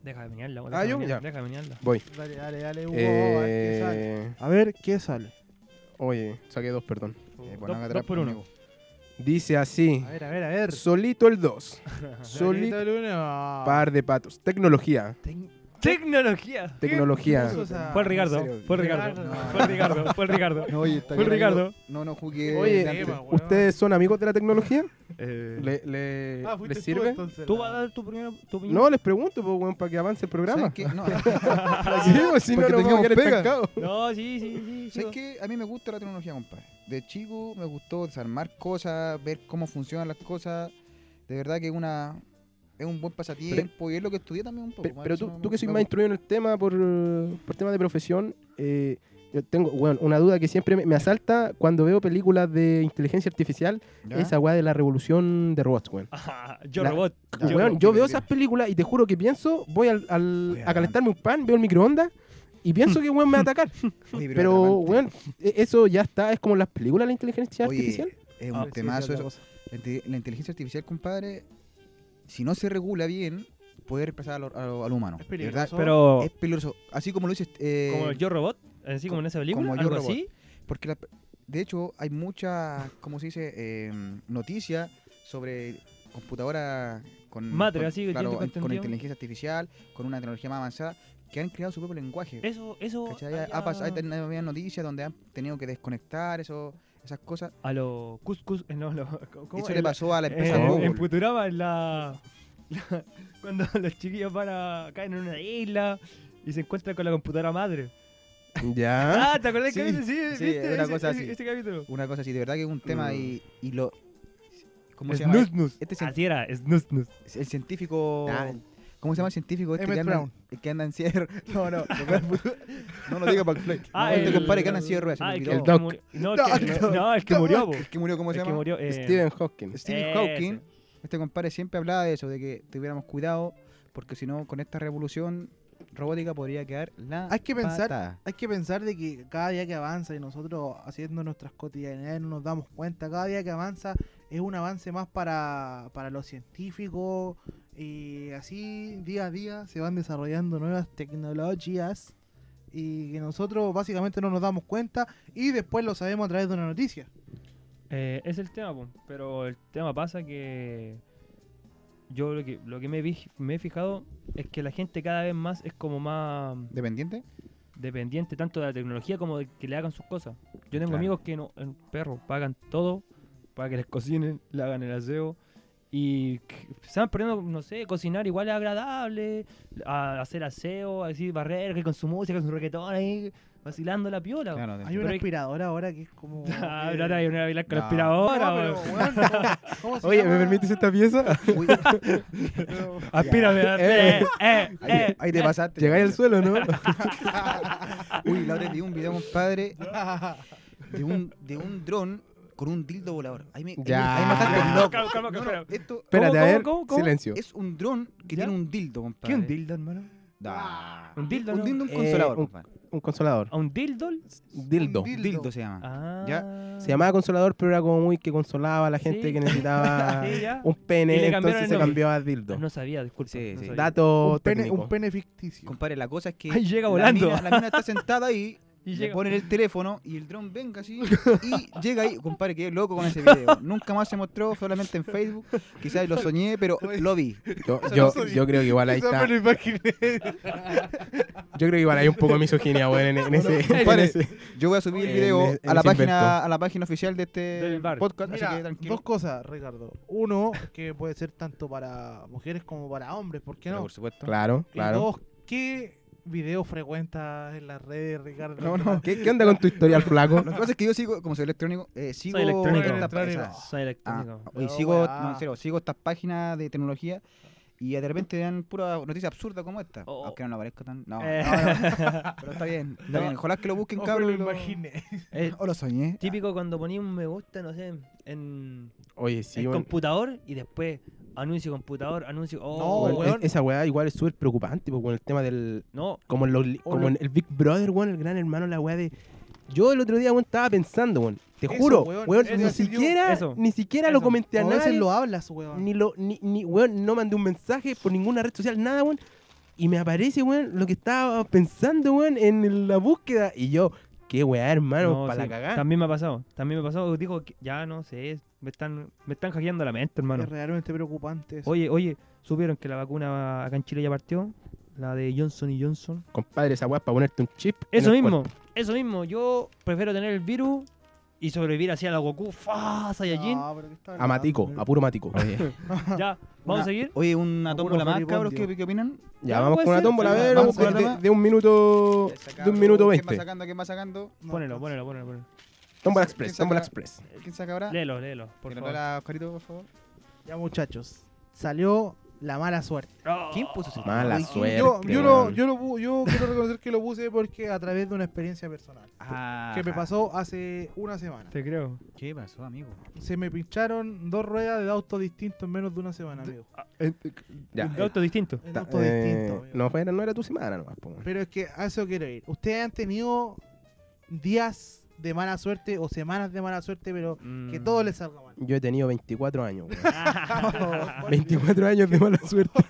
Deja de menearla, Ah, deja de yo, menear- ya. deja de menearla. Voy. Dale, dale, dale, Hugo. a ver qué Eh, sale. A ver qué sale. oye, saqué dos, perdón. Eh, Dos- pues no haga dos trampa, por uno. amigo. Dice así. A ver, a ver, a ver. Solito el 2. Solito. Solita Luna. Par de patos. Tecnología. Tecnología. Tecnología. puso esa- Fue el en Ricardo, serio. fue el Ricardo, Ricardo. fue el Ricardo, fue el Ricardo. No, oye, está Fue el bien, amigo. Ricardo. No, no jugué. Oye, antes. tema, pues, weón. ¿Ustedes son amigos de la tecnología? ¿Le, le- Ah, ¿les fuiste tú, sirve? entonces. ¿Tú la- vas a dar tu, primera, tu opinión? No, les pregunto, pues, weón, para que avance el programa. ¿Sabes qué? No. Sí, pues, si no, Porque nos vamos a tengamos quedar pega. estancados. No, sí, sí, sí. sí. ¿Sabes qué? A mí me gusta la tecnología, compadre. De chico me gustó desarmar cosas, ver cómo funcionan las cosas. De verdad que es una es un buen pasatiempo y es lo que estudié también un poco. Pero, man. pero Eso tú, me- tú que soy me más gusta. instruido en el tema por, eh, por tema de profesión, eh, yo tengo bueno, una duda que siempre me, me asalta cuando veo películas de inteligencia artificial, ¿Ya? esa weá de la revolución de robots, weón. Ah, *laughs* yo La- robot. Ya, Weón, weón, yo qué veo brillo. esas películas y te juro que pienso, voy al, al- Weón. a calentarme un pan, veo el microondas y pienso que weón me va a atacar. Oye, Pero, atrapante. weón, e- eso ya está, es como en las películas de la inteligencia Oye, *laughs* artificial. Es es Ah, un sí, temazo. otra eso. cosa. La, inte- la inteligencia artificial, compadre, si no se regula bien, puede reemplazar a lo- a lo- al humano. Es De verdad, peligroso. Pero es peligroso. Así como lo dices. eh, como el Yo Robot, así como en esa película, como Yo algo Robot. así. Porque la- de hecho hay muchas, como se dice, eh, noticias sobre computadoras con, Madre, con- así, claro, yo tengo en- con entendido. inteligencia artificial, con una tecnología más avanzada, que han creado su propio lenguaje. Eso, ah, eso. ¿cachai? Ha- allá- ha pas- Hay, ten- había noticias donde han tenido que desconectar eso, esas cosas. a lo Cuscus. eh, No, lo, *laughs* ¿cómo? Eso En le la- pasó a la eh, empresa en, Google. *laughs* en Futurama, en la, *laughs* la- cuando *laughs* los chiquillos van a caen en una isla y se encuentran con la computadora madre. Ya. Ah, ¿te acordás Sí, que viste? Sí, sí, viste una ese- cosa ese- así. ese capítulo. Una cosa así, de verdad que es un tema Mm. y, y lo... ¿Cómo se llama? Snusnus. Este cien- Así era, Snusnus. el científico... Ah. ¿Cómo se llama el científico este que Emmett anda, Brown. que anda en cierre? *laughs* No, *laughs* no, no lo diga para el Ah, no, este el- compadre que anda en silla de ruedas, se me Ah, el que, olvidó. el Doc. murió- No, el que, Doc. no, el que murió. po. El que murió, ¿cómo se El que llama? murió. eh, Stephen Hawking. Stephen Ese. Hawking. Este compadre siempre hablaba de eso, de que tuviéramos cuidado, porque si no, con esta revolución robótica podría quedar la Hay que pensar- patada. Hay que pensar de que cada día que avanza y nosotros haciendo nuestras cotidianidades no nos damos cuenta, cada día que avanza es un avance más para, para los científicos y así día a día se van desarrollando nuevas tecnologías y que nosotros básicamente no nos damos cuenta y después lo sabemos a través de una noticia. Eh, es el tema, po. pero el tema pasa que yo lo que, lo que me, vi- me he fijado es que la gente cada vez más es como más *laughs* ¿Dependiente? dependiente tanto de la tecnología como de que le hagan sus cosas. Yo tengo Claro. amigos que no, en perro, pagan todo para que les cocinen, *laughs* le hagan el aseo y que se van perdiendo, no sé, cocinar igual es agradable, a hacer aseo, así barrer que con su música, con su reggaetón ahí, vacilando la piola. Claro, de- Hay una Pero hay- aspiradora ahora que es *laughs* como... *laughs* Ah, pero ahora hay una bailar con la No. aspiradora, No, pero, weón. weón, ¿cómo- cómo se Oye, llama? ¿me permites esta *laughs* pieza? Uy, Aspírame, eh, eh, ahí, eh. ahí te pasaste. Llegáis al suelo, ¿no? Uy, la otra vez vi un video, compadre, de un, de un dron con un dildo volador. Ahí me, ahí me- Ya. ahí me dejaste loco. Calma, calma, No, no, calma. esto Espérate, a cómo, ver. cómo, cómo? Silencio. es un dron que ¿Ya? tiene un dildo, compadre. ¿Qué un dildo, Ah, hermano? Da. ¿Un dildo, Un no? dildo, un Eh, consolador, un- compadre. Un consolador. ¿A un dildo? Dildo. Un dildo se llama. Ah. Se llamaba consolador, pero era como muy que consolaba a la gente Sí. que necesitaba *laughs* Sí, ya. un Y pene, le cambiaron entonces el se nombre. cambió a Ah, dildo. No sabía, disculpe. Sí, sí. Dato un pene, Oh, técnico. un pene ficticio. Compadre, la cosa es que. Ay, llega la volando. mina- La mina, está sentada ahí. *laughs* Y Y llega- le ponen el teléfono y el dron venga así *laughs* y llega ahí. Compadre, quedé loco con ese video. Nunca más se mostró, solamente en Facebook. Quizás lo soñé, pero lo vi. Yo, Eso yo- no soy- yo creo que igual ahí Eso está. me lo imaginé. Yo creo que igual hay un poco de misoginia, weón, en, en *laughs* ese. en Compadre, ese- Yo voy a subir el En video el- en a, la ese página, invento. a la página oficial de este Del bar. podcast. así Mira, que tranquilo. dos cosas, Ricardo. Uno, que puede ser tanto para mujeres como para hombres, ¿por qué Pero no? Por supuesto. Claro, Y claro. dos, ¿qué video frecuentas en las redes, Ricardo? No, *laughs* no. ¿Qué, qué onda con tu historial flaco? Lo que pasa es que yo sigo, como soy electrónico, eh, sigo. Soy electrónico. esta- Electrónico. esas- Soy Ah, electrónico. y No, sigo, weá. no, en serio, sigo estas páginas de tecnología y de repente dan pura noticia absurda como esta. Oh. Aunque no la parezco tan. No, Eh. no, no, pero está bien. Está No. bien. Ojalá que lo busquen, Oh, cabrón. me y lo lo- imaginé. Es O lo soñé. típico cuando ponía un me gusta, no sé, en Oye, sí, el weón. computador y después anuncio computador, anuncio. Oh, Weón, No, no, es- weón. Esa weá igual es súper preocupante, po, con el tema del. no. Como, en los li- O Oh, como lo- en el Big Brother, weón, el gran hermano, la weá de. Yo el otro día, weón, estaba pensando, weón. Te Eso, juro, weón, weón, eso ni, iba a decir yo. siquiera, Eso. ni siquiera lo Eso. comenté a a nadie. veces lo hablas, weón. ni lo ni, ni weón, no mandé un mensaje por ninguna red social, nada, weón. Y me aparece, weón, lo que estaba pensando, weón, en la búsqueda. Y yo, qué weá, hermano, no, para la sí, cagada. También me ha pasado. También me ha pasado. Digo, que ya no sé. Me están, me están hackeando la mente, hermano. Es realmente preocupante. eso. Oye, oye, ¿supieron que la vacuna acá en Chile ya partió? La de Johnson y Johnson. Compadre, esa weá es para ponerte un chip. en Eso el mismo, cuerpo. eso mismo. Yo prefiero tener el virus y sobrevivir así a la Goku, fa, Saiyajin. No, pero ¿qué está A matico, hablando? a puro matico. Ya, ¿vamos a seguir? Oye, una Algunos tómbola más, cabros. floripondios. ¿Qué, qué opinan? ya, Ya, vamos puede con una ser, tómbola, a sí, ver, vamos con de, la de- tómbola. de un minuto. De un minuto ¿Quién va veinte. sacando? ¿Quién va sacando? No, Ponelo, no. ponelo, ponelo, ponelo. Tómbola ¿Quién express, saca? tómbola express. ¿Quién saca ahora? Léelo, léelo, por Que nos favor. lea Oscarito, por favor. Ya, muchachos. Salió la mala suerte. Oh, ¿Quién puso ese Mala Ay, suerte. Yo, yo, lo, weón. yo, lo pu- yo quiero reconocer que lo puse porque a través de una experiencia personal. Ah, Que me pasó hace una semana. Te creo. ¿Qué pasó, amigo? Se me pincharon dos ruedas de autos distintos en menos de una semana, amigo. Ya, Un auto distinto. En ta- autos eh, distintos, amigo. no, fue- no era tu semana nomás, po. Pero es que a eso quiero ir. Ustedes han tenido días de mala suerte o semanas de mala suerte, pero que Mm. todo les salga mal. Yo he tenido 24 años. weón. 24 años de mala suerte.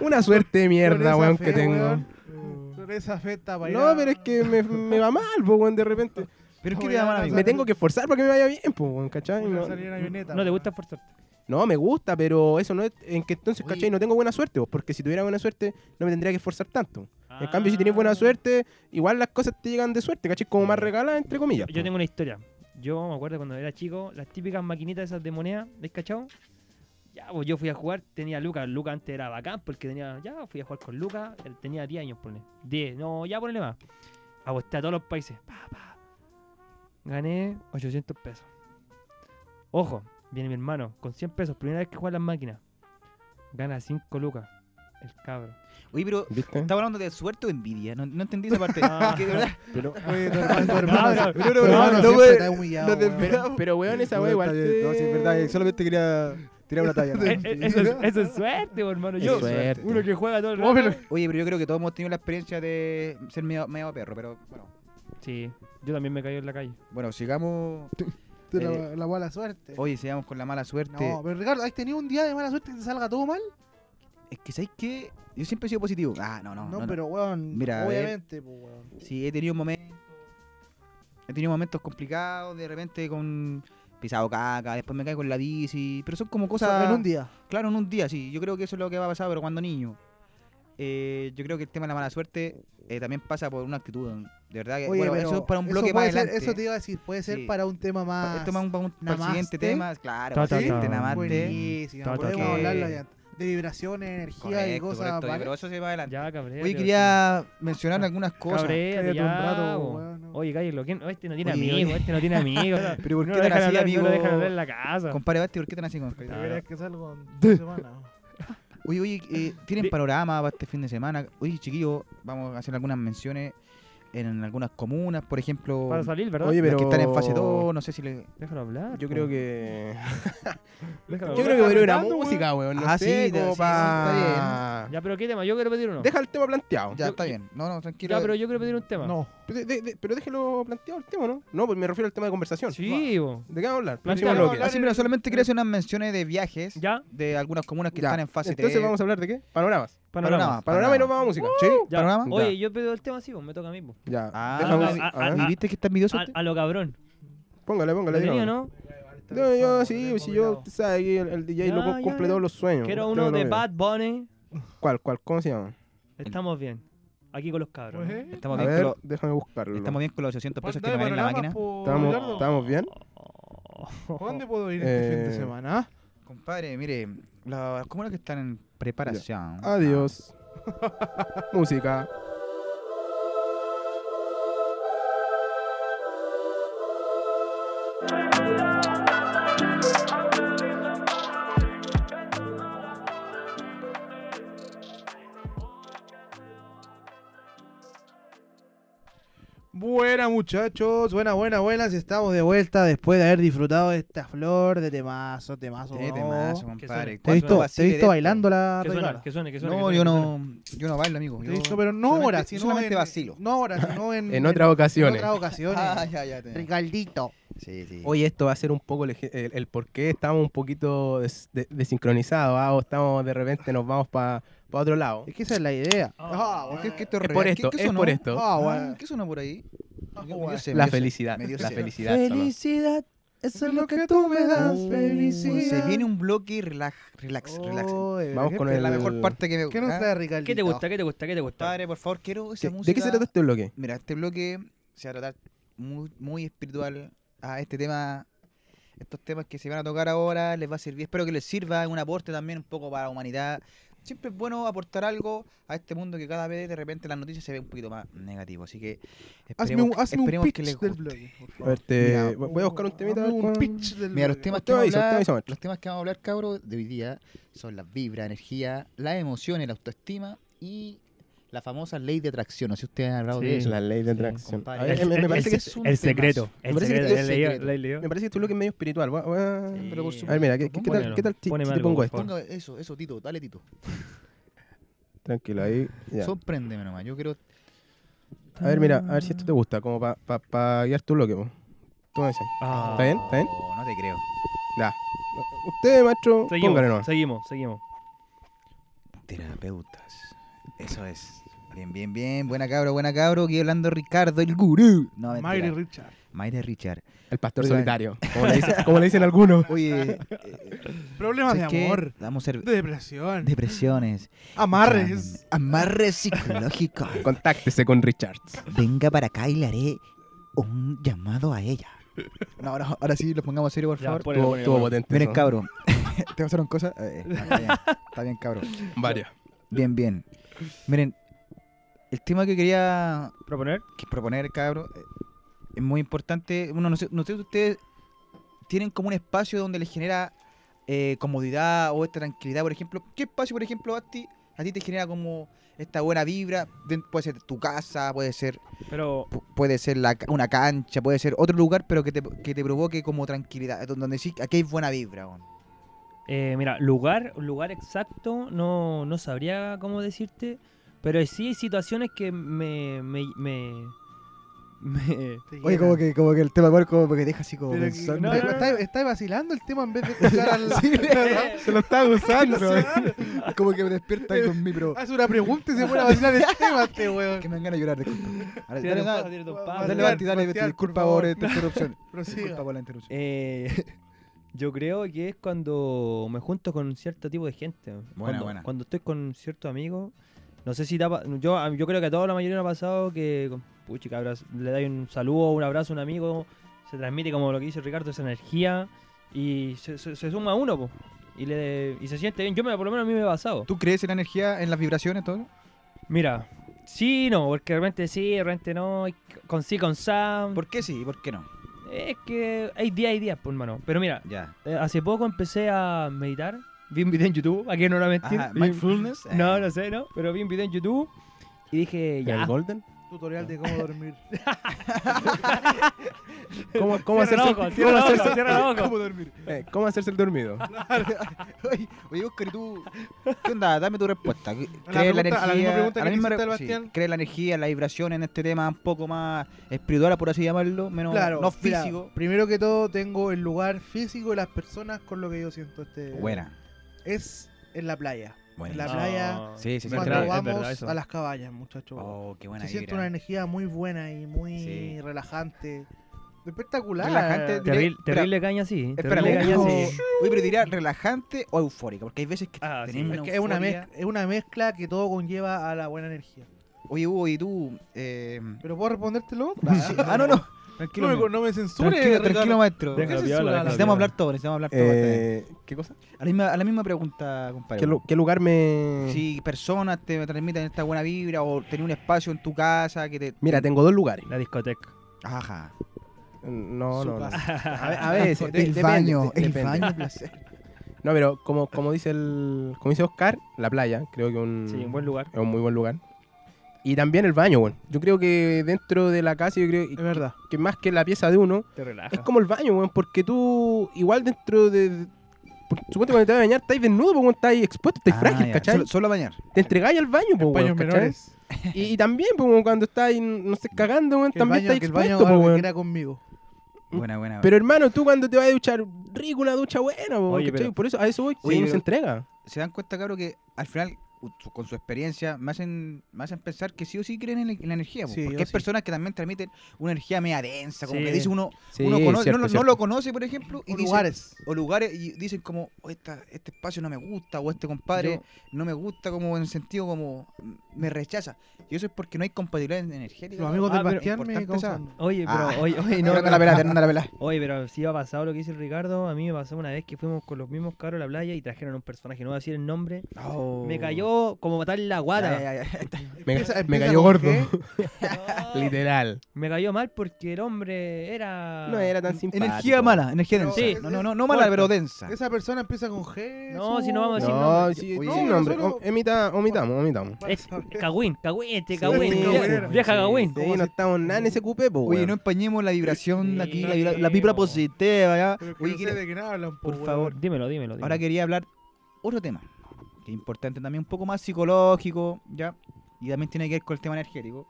Una suerte de mierda, esa weón, fe, que tengo. weón, Mm. Con esa feta para ir No, a- pero es que me, me va mal, po, weón, de repente. Pero es que Voy te da a mal lanzar- amigo. Me tengo que esforzar para que me vaya bien, po, weón, ¿cachai? una No, salida en avioneta, No te weón. gusta esforzarte. no, me gusta, pero eso no es. En que entonces, Oye. ¿cachai? No tengo buena suerte, vos, porque si tuviera buena suerte, no me tendría que esforzar tanto. En cambio, si tienes Ah. buena suerte, igual las cosas te llegan de suerte, ¿cachai? Como más regaladas, entre comillas. Yo po. tengo una historia. Yo me acuerdo cuando era chico, las típicas maquinitas esas de moneda, ¿ves cachao? Ya, pues yo fui a jugar, tenía a Lucas. Lucas antes era bacán porque tenía. Ya, fui a jugar con Lucas, él tenía 10 años, ponle. 10, no, ya ponle más. Aposté a todos los países. Pa, pa. Gané 800 pesos. Ojo, viene mi hermano, con 100 pesos, primera vez que juega en las máquinas. Gana 5 lucas, el *laughs* cabro. Oye, pero *laughs* ¿Viste? estaba hablando de suerte o envidia. No, no entendí esa *laughs* parte. Ah. Que de verdad, Pero, *laughs* Oye, tu hermano, *laughs* tu hermano- No, no, tu pues, no, no, hermano no, siempre no, te ha humillado, no te- weón. pero- pero weón, esa weón igual. No, sí, es verdad, te- eh, solamente quería tirar una *laughs* talla. Eh, eh, Eso es, eso es suerte, po, hermano. Yo, suerte. uno que juega todo el Oh, pero- rato. eh. Oye, pero yo creo que todos hemos tenido la experiencia de ser medio, medio perro, pero bueno. Sí, yo también me caí en la calle. Bueno, sigamos. Te la- eh, la mala suerte. Oye, sigamos con la mala suerte. No, pero Ricardo, ¿has tenido un día de mala suerte que te salga todo mal? Es que, ¿sabes qué? Yo siempre he sido positivo. Ah, no, no. No, pero weón, Mira, a ver. obviamente, pues, weón. Sí, he tenido momentos. He tenido momentos complicados, de repente con pisado caca, después me caigo con la bici, pero son como cosas... en un día. Claro, en un día, sí. Yo creo que eso es lo que va a pasar, pero cuando niño. Eh, yo creo que el tema de la mala suerte eh, también pasa por una actitud. ¿no? De verdad que Oye, eh, bueno, pero eso es para un eso bloque más puede ser- adelante. Eso te iba a decir, puede ser Sí. para un tema más. Esto es más un, para un- para el Namaste. siguiente tema, claro. Ta, para el ta, siguiente ta. namaste. Buenísimo, Ta, ta, podemos ta. hablarlo ya. De vibraciones, energía y Correcto, cosas. correcto, ¿vale? pero eso se va adelante. Ya, cabrera. Oye, quería mencionar Ah, algunas cosas. Cabrera, Eh, Cállate ya, un rato, po. weón, no. Oye, cállalo. ¿quién? Este no tiene Oye, amigos, este no tiene amigos. Pero ¿por no qué lo tan dejan así, hablar, amigo? no lo dejan hablar en la casa. Compadre Basti, ¿por qué tan así, compadre? La verdad es que *laughs* salgo en dos semanas. Oye, oye, *laughs* eh, ¿tienen De- panorama para este fin de semana? Oye, chiquillos, vamos a hacer algunas menciones en algunas comunas, por ejemplo, Para salir, ¿verdad? Oye, las pero. que están en fase 2, no sé si le... Déjalo hablar. Yo po. creo que. Déjalo Yo hablar. creo que podría una hablando, música, weón. No Ah, sé, sí, como sí, sí, pa- Ya, pero ¿qué tema? Yo quiero pedir uno. Deja el tema planteado. Ya, Yo- está bien. No, no, tranquilo. Ya, pero yo quiero pedir un tema. No. Pero, de- de- pero déjelo planteado el tema, ¿no? No, pues me refiero al tema de conversación. Sí, po. ¿De qué vamos a hablar? Plantealo. Próximo bloque. Vamos Así, mira, solamente quería hacer unas menciones de viajes ¿Ya? de algunas comunas que Ya. están en fase Entonces 3. vamos a hablar de qué? Panoramas. Panorama. Panorama. Panorama y nos vamos a música. Sí. Ya. Panorama. Oye, yo pido el tema así, po. me toca a mí. po. Ya. Ah, Déjame- a- a ver. a- ¿Y viste que está envidioso? A, este? a lo cabrón. Póngale, ¿Lo póngale. tenía, dígame. no? No, yo sí, si yo, tú sabes, que el, el DJ Ya, loco ya, cumple ya. todos los sueños. Quiero Yo uno no de veo. Bad Bunny. ¿Cuál, cuál? ¿Cómo se llama? Estamos bien. Aquí con los Pues, cabros. eh, ¿no? A Estamos, bien ver, con déjame buscarlo. los, estamos bien con los 800 pesos que nos dan en la máquina. Oh, ¿Estamos, estamos bien? ¿Dónde puedo ir este fin de Eh, semana? ah? Compadre, mire, las comunas que están en preparación. Adiós. *laughs* música. Buena muchachos, buena, buena, buenas. Estamos de vuelta después de haber disfrutado de esta flor de temazo, temazo. Ah, Qué ¿no? temazo, compadre. Te he ¿Cuánto visto, te he vacile de visto esto? bailando la Que suene, Ricardo. que suene, que suene. No, que suene, yo que no, yo no bailo, amigo. Te Yo he visto, pero no solamente- ahora, sino solamente en- vacilo. No ahora, sino en, En otras ocasiones. en otras ocasiones. Ah, ya, ya. te- Ricardito. Sí, sí. Oye, esto va a ser un poco el, eje- el, el por qué estamos un poquito des- de- desincronizados, ¿ah? o estamos de repente nos vamos para otro lado. Es que esa es la idea. Ah, ¿Qué- qué esto Es real? por ¿Qué- esto, qué es sonó? por esto. Ah, Ah, bueno. Ah, ¿Qué suena por ahí? Yo- yo sé, la yo sé, felicidad, me dio la sed. felicidad. sonó. Felicidad, eso es lo que tú me das, Se felicidad. viene un bloque relax, relax, relax. Vamos con Es la Oh, el- mejor parte que me ¿Qué nos ¿Ah? trae Ricardito? ¿Qué te gusta? ¿Qué te gusta? ¿Qué te gusta? Padre, por favor, quiero esa ¿Qué- música. ¿De qué se trata este bloque? Mira, este bloque se va a tratar muy, muy espiritual a este tema. Estos temas que se van a tocar ahora les va a servir. Espero que les sirva es un aporte también un poco para la humanidad. Siempre es bueno aportar algo a este mundo que cada vez de repente las noticias se ve un poquito más negativo. Así que Hazme un, esperemos, hazme un esperemos pitch que les del guste. bloque, por A favor. ver, te- Mira, voy a buscar un temita. Hazme con- un pitch del Mira, los bloque. temas, Usted que vamos avisa, a usted hablar, avisa, maestro. los temas que vamos a hablar, cabros, de hoy día son las vibras, energía, la emoción, la autoestima y la famosa ley de atracción. No sé si ustedes han hablado de Sí. eso. La ley de atracción. compadre. A ver, me, me El- parece el- que, es un Ah, El temazo. secreto. Me El parece que es secreto. Le el leo- secreto. le leo. me parece que este bloque es medio espiritual. voy a- voy a- Sí. Pero por A ver, mira, ¿qué, qué tal, Póngamelo, qué tal si- pónganme si te algo, pongo por esto? favor. Ponga eso, eso, Tito, dale, Tito. Tranquilo, ahí. ya. Sorpréndeme nomás. Yo quiero. A ver, mira, a ver si esto te gusta, como para pa, pa guiar tu bloque. po. Tú me decís. Ah. ¿Está bien? ¿Está bien? No, no te creo. Da. Usted, maestro, Seguimos, póngale nomás. seguimos, seguimos. Terapeutas. Eso es. Bien, bien, bien. Buena cabro, buena cabro. Aquí hablando Ricardo, el gurú. No, mentira. Mayri Richard. Mayre *laughs* Richard. El pastor O sea, solitario, como le, dicen, como le dicen algunos. Oye, eh, Problemas de ¿sabes qué? amor, Damos ser- de depresión, depresiones. amarres. Amarres *laughs* psicológicos. Contáctese con Richards. Venga para acá y le haré un llamado a ella. pues, No, ahora, ahora sí, lo pongamos serio, por Ya, favor. ponelo, Tuvo, ponelo, tuvo ponelo. potente. Miren, eso. cabro. *laughs* ¿Te pasaron cosas? Eh, eh, está bien, está bien, cabro. Varios. Bien, bien. Miren, el tema que quería ¿Proponer? que proponer, cabro, eh, es muy importante. Uno, no sé, no sé si ustedes tienen como un espacio donde les genera eh, comodidad o esta tranquilidad, por ejemplo. ¿Qué espacio, por ejemplo, a ti, a ti te genera como esta buena vibra? Den- Puede ser tu casa, puede ser, Pero pu- puede ser la ca- una cancha, puede ser otro lugar, pero que te, que te provoque como tranquilidad, don- donde sí, aquí hay buena vibra. weón. Eh, mira, lugar, lugar exacto, no, no sabría cómo decirte, pero sí hay situaciones que me... me, me, me- Oye, como que, como que el tema cuerpo como que deja así como Pero que- pensando. no, Pero- no, no. Está, está vacilando el tema en *laughs* vez de escuchar al. Se lo está No *laughs* usando. sé, Como que me despierta ahí con mi pero Hace una pregunta y se pone a *laughs* vacilar el tema, este weón. Que me dan ganas de llorar, disculpa. Ahora, Tírate dale, un dale, paso, tírate un va- paso. va- Dale, va- Bati, dale, Bastián, Bati, por disculpa favor. por esta interrupción. *laughs* Prosiga. Disculpa por la interrupción. Eh, *laughs* yo creo que es cuando me junto con cierto tipo de gente. cuando, buena. cuando estoy con ciertos amigos, no sé si te ha pa- yo, a- yo creo que a toda la mayoría nos ha pasado que, con- puchi, que abraz- le dais un saludo, un abrazo a un amigo, se transmite como lo que dice Ricardo, esa energía, y se, se- se suma uno, po, y, le, y se siente bien. Yo me, por lo menos a mí me ha pasado. ¿Tú crees en la energía, en las vibraciones, todo? Mira, sí y no, porque de repente sí, de repente no, y con sí, con Sam. ¿Por qué sí y por qué no? Es que hay días y días, pues, hermano. Pero mira, *laughs* Ya. eh, hace poco empecé a meditar. Vi un video en YouTube, aquí no la mentir. Ajá, Vi- mindfulness. eh. no, no sé, ¿no? Pero vi un video en YouTube y dije, ya. ¿El Golden? Tutorial de cómo dormir. ¿Cómo, cómo, hacerse, Cierra los ojos, cómo, cierra los ojos, hacerse, cierra *laughs* los ojos. dormir? *laughs* eh, cómo hacerse el dormido? Oye, oye, Oscar, ¿y tú? ¿Qué onda? Dame tu respuesta. ¿Crees A la la, pregunta- a la energía? misma pregunta que le hiciste al re- Bastián. sí, ¿Crees la energía, la vibración en este tema un poco más espiritual, por así llamarlo? Menos Claro, no mira, físico. primero que todo, tengo el lugar físico y las personas con lo que yo siento este. Buena. Es en la playa. Buena. En la playa. Ah, Sí, sí, sí. Cuando verdad, es verdad vamos eso. a las cabañas, muchachos. Oh, qué buena se siente vibra. una energía muy buena y muy Sí. relajante. Espectacular. Relajante, Te- Terrible, Espera. terrible caña así. Espera, terrible Espérame, caña ¿cómo? así. Oye, pero diría relajante o eufórica, porque hay veces que Ah, sí. tenemos es, una que es una euforia. mezcla, es una mezcla que todo conlleva a la buena energía. Oye, Hugo, ¿y tú? *laughs* Eh... ¿Pero puedo respondértelo? sí. Ah, no, no. Tranquilo, No me, amigo. no me censure. tranquilo, Ricardo. tranquilo, maestro. Déjalo, ¿Qué viola, censura? déjalo, Necesitamos viola. hablar todo, necesitamos hablar todo. Bastián. Eh, ¿Qué cosa? a, la misma, a la misma pregunta, compadre. ¿Qué, lu- qué lugar me...? si personas te transmiten esta buena vibra o tener un espacio en tu casa que te... Mira, tengo dos lugares. La discoteca. Ajá. No, Su no, no. casa. *laughs* A, *laughs* ve- a veces. de- El depende, baño, de- el depende. baño de placer. No, pero como, como dice el como dice Oscar, la playa, creo que Mm. un, Sí, un buen lugar. es un muy buen lugar. Y también el baño, bueno. Yo creo que dentro de la casa, yo creo Es que, verdad. que más que la pieza de uno, Te relaja. es como el baño, weón, porque tú igual dentro de... de- por- Suponte cuando te vas a bañar, estáis desnudo, porque estáis expuesto, estáis Ah, frágil, ya. ¿cachai? Solo, solo bañar. Te entregáis al baño, po, Baños weón, ¿cachai? menores. Y, y también, po, weón, cuando estáis, no sé, cagando, weón, Que el también baño, estáis que el expuesto, baño po, weón. era conmigo. Buena, buena. Pero hermano, tú cuando te vas a duchar, rico una ducha buena, po, Oye, ¿cachai? pero- por eso a eso voy, Oye, uno pero- se entrega. se dan cuenta, cabro, que al final, u- su- con su experiencia, me hacen, me hacen pensar que sí o sí creen en, la- en la energía. po, Sí, porque yo hay sí. personas que también transmiten una energía media densa, como Sí. que dice uno, Sí, uno conoce- cierto, no, lo- no cierto. lo conoce, por ejemplo, y O dice- lugares. o lugares y dicen como "Oh, esta, este espacio no me gusta o este compadre no me gusta como en el sentido como mm, me rechaza y eso es porque no hay compatibilidad en- energética Los amigos Ah, del pero Bastián me importante esa- causan... Oye, pero, Ah. oye, *laughs* oye, no, no, no, la pelada, no la pelada. Oye, pero si ha pasado lo que dice el Ricardo, a mí me pasó una vez que fuimos con los mismos cabros a la playa y trajeron a un personaje, no voy a decir el nombre, me cayó como tal la guata. Oh. Ya, ya, ya. Me, Empieza- me empieza cayó con gordo. G. *laughs* *laughs* No, Literal. me cayó mal porque el hombre era... No era tan simpático. energía mala energía Pero densa sí. no no no no mala Corta. pero densa Ah. Esa persona empieza con G. No, su- si no vamos a decir- No, nombre. sí, Oye, no, sí, nombre. nosotros- o- emita- omitamos, omitamos. *laughs* Es Cagüín, Cagüín, este Sí, Cagüín, sí, vieja, sí, vieja sí, Cagüín. Sí, no estamos nada en ese cupé, po, oye weón. no empañemos la vibración Sí, aquí la, vibra- la vibra no. positiva ya Pero que Oye, no sé quiere- de qué hablan, pues, por weón. favor. Dímelo, dímelo. ahora quería hablar otro tema que es importante también un poco más psicológico ya y también tiene que ver con el tema energético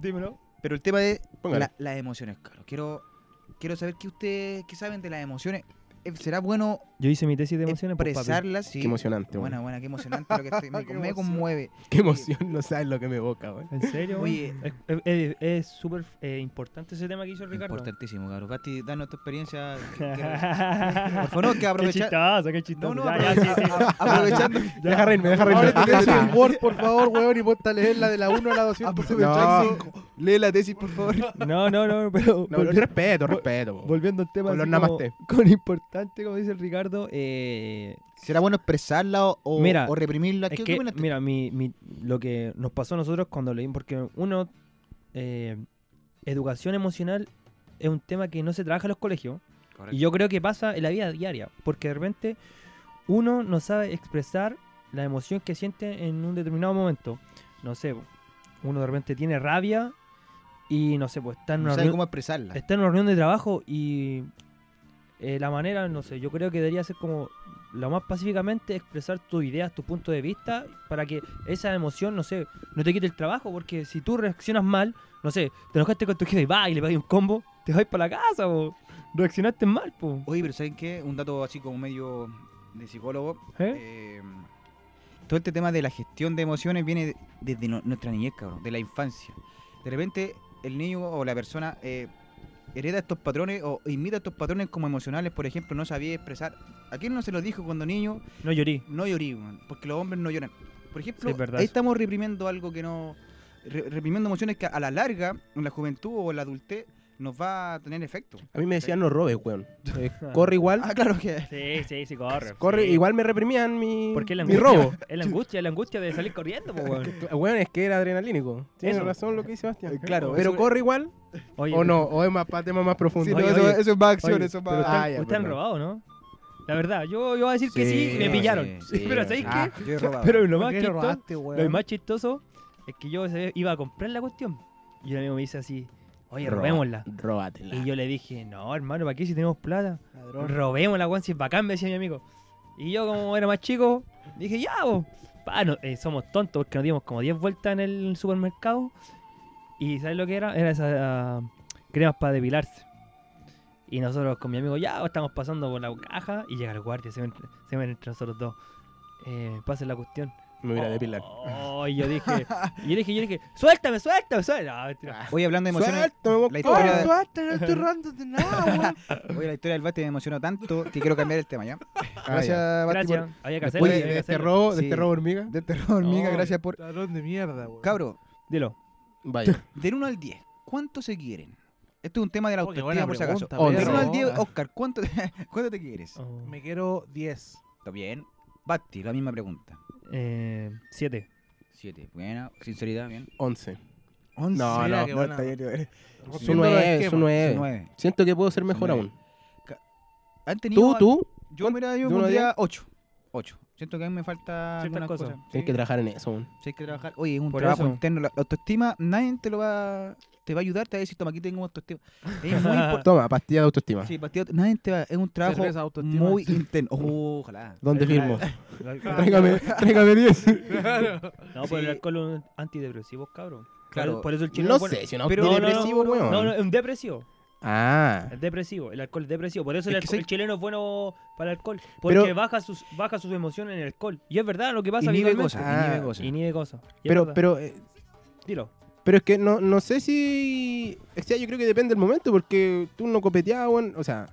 Dímelo. Pero el tema de Póngale. la- las emociones, Carlos. Quiero, quiero saber qué ustedes qué saben de las emociones. Eh, ¿Será bueno Yo hice mi tesis de emociones por papi. expresarlas? Sí. Qué emocionante, weón. Bueno, bueno, qué emocionante *laughs* lo que estoy- me, me conmueve. *laughs* Qué emoción, no sabes lo que me evoca, weón. ¿En serio? Oye. weón? Es- es- es súper eh, importante ese tema que hizo Ricardo. *laughs* Importantísimo, Carlos. Gasti, danos tu experiencia. que- que- Por Por favor, no, que Qué aprovechar. chistoso, qué chistoso. No, no, Ya, ya, aprove- sí, sí. a- a- *laughs* aprovechando. *laughs* Deja reírme, deja reírme. Ahora te tesis en Word, por favor, weón, y ponte a leer la de la 1 a *laughs* la 200. Ah, No. Lee la tesis, por favor. No, no, no, pero. No, volvi- respeto, respeto. po. Volviendo al tema Con los así como- namasté. con importante, como dice el Ricardo, eh, ¿Será bueno expresarla o, o- Mira, o reprimirla? ¿Qué, es qué que, opinas tú? mira, mi, mi- lo que nos pasó a nosotros cuando leímos, porque uno, eh, educación emocional es un tema que no se trabaja en los colegios. Y yo creo que pasa en la vida diaria, porque de repente uno no sabe expresar la emoción que siente en un determinado momento. No sé, po, uno de repente tiene rabia y no sé, pues está en No una sabe reunión- cómo expresarla. está en una reunión de trabajo y eh, la manera, no sé, yo creo que debería ser como lo más pacíficamente expresar tus ideas, tus puntos de vista, para que esa emoción, no sé, no te quite el trabajo, porque si tú reaccionas mal, no sé, te enojaste con tu jefe y va y le pegas un combo, te vas para la casa, po. reaccionaste mal, po. Oye, pero ¿saben qué? Un dato así como medio de psicólogo. ¿Eh? Eh, todo este tema de la gestión de emociones viene de- desde no- nuestra niñez, cabrón, de la infancia. De repente, el niño o la persona eh, hereda estos patrones o imita estos patrones como emocionales, por ejemplo, no sabía expresar. ¿A quién no se lo dijo cuando niño? No llorí. No llorí, weón, porque los hombres no lloran. Por ejemplo, Sí, es verdad ahí eso. estamos reprimiendo algo que no. re- reprimiendo emociones que a la larga, en la juventud o en la adultez, nos va a tener efecto. A mí me decían no robes, weón. *laughs* Eh, corre igual. Ah, claro que. Sí, sí, sí, corre. Corre, sí. igual me reprimían mi, Porque es la mi angustia, robo. Es la angustia, es la angustia de salir corriendo, *laughs* po, weón. Cla- Weón, es que era adrenalínico. Tienes Eso. razón lo que dice Sebastián. Eh, claro, Pero eso- corre igual Oye, o no, o es más para temas más profundos. Sí, no, Oye, eso, oye, eso es más acción, oye, eso es pero más. están- Ah, ya, ustedes Pues han perdón. robado, ¿no? La verdad, yo, yo voy a decir que sí, Sí, y me sí, pillaron. sí, *laughs* pero ¿sabéis ah, qué? Yo he robado. Pero lo ¿Por más, qué lo chistoso, robaste, lo weón? más chistoso es que yo ese- iba a comprar la cuestión y el amigo me dice así, oye, Roba- robémosla. Róbatela. Y yo le dije, no, hermano, ¿para qué si tenemos plata? Ladrón. Robémosla, weón, si es bacán, me decía mi amigo. Y yo, como era más chico, dije, ya, vos. Pa, no, eh, somos tontos porque nos dimos como 10 vueltas en el supermercado. Y ¿sabes lo que era? Era esas ah, cremas para depilarse. Y nosotros con mi amigo, ya, estamos pasando por la caja y llega el guardia, se ven, se ven entre nosotros dos. Eh, pasen la cuestión. Me voy a depilar. Oh, y yo dije, y yo dije, yo dije, suéltame, suéltame, suéltame. No, mentira. Hoy hablando de emociones. Suéltame, vos, la Oh, historia- corre. suerte, no estoy robando de nada, weón. Oye, la historia del Basti me emocionó tanto que quiero cambiar el tema, ¿ya? Ah, Gracias, ya. Basti. por- Gracias, había que hacerlo. Después había que de este hacerlo. robo, de Sí. este robo hormiga. De terror, hormiga, No, gracias por. Ladrón de mierda, Oh, weón. Cabro, Dilo. *laughs* Vaya. del 1 al 10, ¿cuánto se quieren? Esto es un tema de la Oh, qué buena autoestima, por si acaso. pregunta, Oh, Del perro. 1 al 10, weón. Oscar, ¿cuánto, ¿cuánto te *laughs* quieres? Oh. Me quiero 10. Está bien. Basti, la misma pregunta. Eh, siete. 7. Buena, sinceridad, bien. 11. Once. No, Mira no, qué No, buena. está bien, está bien. Su Rompiendo los 9, su esquemas. 9. 9. Siento que puedo ser mejor nueve. aún. ¿Han Tú, tenido tú, Yo, mira, yo ¿De uno a pondría 8. 8. Siento que a mí me falta Ciertas algunas cosas. cosas. tienes que trabajar en eso. weón. Si hay que trabajar. Oye, es un Por trabajo eso. interno. La autoestima, nadie te lo va te va a ayudar, te va a decir, toma, aquí tengo autoestima. Es muy importante. Toma, pastilla de autoestima. Sí, partido, nadie te va. Es un trabajo Cerveza, autoestima. muy intenso. Ojalá. ¿Dónde Claro. firmo? no, *laughs* Tráigame, tráigame 10. pero el Sí. alcohol es un antidepresivo, cabrón. Claro. Por, por eso el chino. No es bueno. sé, si un Pero- no, no, no, autodepresivo, no, weón. No, no, es un depresivo. Ah. Es depresivo. El alcohol es depresivo. Por eso el, Es que alco- soy- el chileno es bueno para el alcohol. Porque Pero- baja sus baja sus emociones en el alcohol. Y es verdad lo que pasa. Inhibe habitualmente. cosas, Ah, inhibe cosas. Inhibe cosas. Y es Pero, verdad. pero, eh, Dilo. pero es que no, no sé si. O sea, yo creo que depende del momento, porque tú no copeteabas, weón. O sea,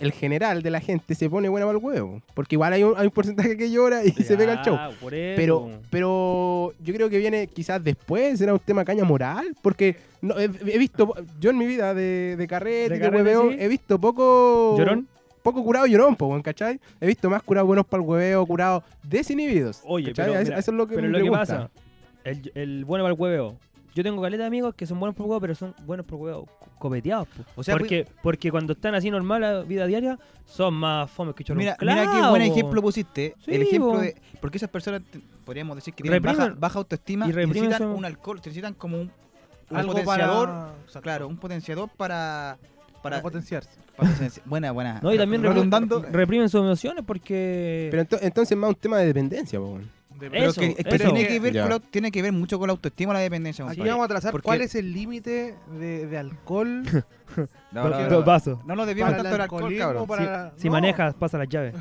el general de la gente se pone buena para el huevo. Porque igual hay un, hay un porcentaje que llora y se pega el show. Ya, Ah, por eso. Pero, pero yo creo que viene quizás después, será un tema caña moral, porque no, he, he visto, yo en mi vida de, de carrete, De de, carrete, hueveo, sí. he visto poco... ¿Llorón? Poco curado llorón, po, weón, ¿cachai? He visto más curados buenos para el hueveo, curados desinhibidos. Oye, ¿cachai? pero, Es- mira, eso es lo que Pero me lo que gusta. pasa, el, el bueno para el hueveo. Yo tengo caleta de amigos que son buenos por hueveo, pero son buenos por hueveo co- copeteados. po. O sea, porque, porque cuando están así normal la vida diaria, son más fomes que chorro. Mira, mira qué buen ejemplo pusiste. ¿eh? Sí, el ejemplo po. de. Porque esas personas, te- podríamos decir que tienen Reprimen- baja, baja autoestima y y, reprimen necesitan su- un alcohol, necesitan como un, un Algo potenciador. para. Exacto. Claro, un potenciador para. Para, Para potenciarse. para potenciar- buena, buena. No, y también repri- redundando. reprimen sus emociones porque... Pero ento- entonces más un tema de dependencia, po, weón. De Depende. Pero Eso, que, es que eso. tiene, que ver Ya. con la- tiene que ver mucho con la autoestima y la dependencia, Aquí compadre. vamos a trazar Porque- cuál es el límite de, de alcohol No, no, Dos no. vasos. No nos debíamos para el tanto del alcohol, alcoholismo, cabrón. para la- Si No, manejas, pasa las llaves.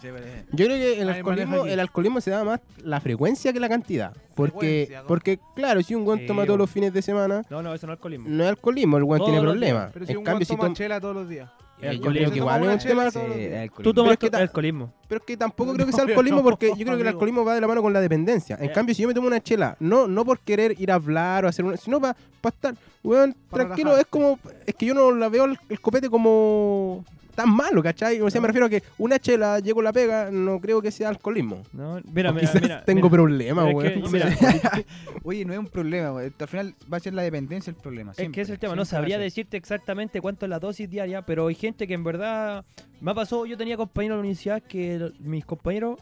Yo creo que el Ahí maneja alcoholismo, aquí. el alcoholismo se da más la frecuencia que la cantidad. Porque, Frecuencia, ¿no? porque claro, si un Sí, buen toma todos bueno. los fines de semana, No, no, eso no es alcoholismo. no es alcoholismo, el buen Todos tiene los problemas. Pero si en un guan cambio, si toma tom- chela todos los días. eh, yo alcoholismo. creo que igual Se es toma un tema. una Sí, chela todos los días. alcoholismo. Tú tomas Pero es que ta- alcoholismo. Pero es que *laughs* tampoco creo que No, sea alcoholismo no, porque yo creo que el amigo. alcoholismo va de la mano con la dependencia. En Eh. cambio, si yo me tomo una chela, no no por querer ir a hablar o hacer una, sino para estar, weón, Para tranquilo, relajarte. es como es que yo no la veo el, el copete como tan malo, ¿cachai? O sea, me refiero a que una chela llego a la pega, no creo que sea alcoholismo. No, mira, O mira, quizás *laughs* mira, tengo mira. problemas, Pero es weón. que, mira, Oye, no es un problema, güey. Al final va a ser la dependencia el problema. Es que siempre, ese es el tema, no siempre va a sabría ser. decirte exactamente cuánto es la dosis diaria, pero hay gente que en verdad me ha pasado, yo tenía compañeros de la universidad que lo- mis compañeros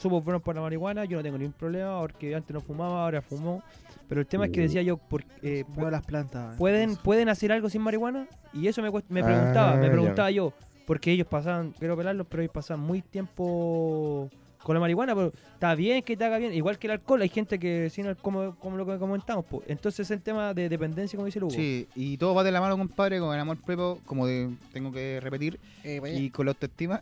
somos buenos por la marihuana, yo no tengo ningún problema porque antes no fumaba, ahora fumo, pero el tema es que decía yo, por- eh, pu- Veo las plantas. ¿pueden, ¿pueden hacer algo sin marihuana? Y eso me, cuest- me Ah, preguntaba, me ya. preguntaba yo, porque ellos pasaban, quiero pelarlos, pero ellos pasaban muy tiempo con la marihuana, pero está bien que te haga bien, igual que el alcohol, hay gente que si no, como, como lo que comentamos, pues. entonces el tema de dependencia, como dice Lugo. Sí, y todo va de la mano, compadre, con el amor propio, como de- tengo que repetir, y con la autoestima.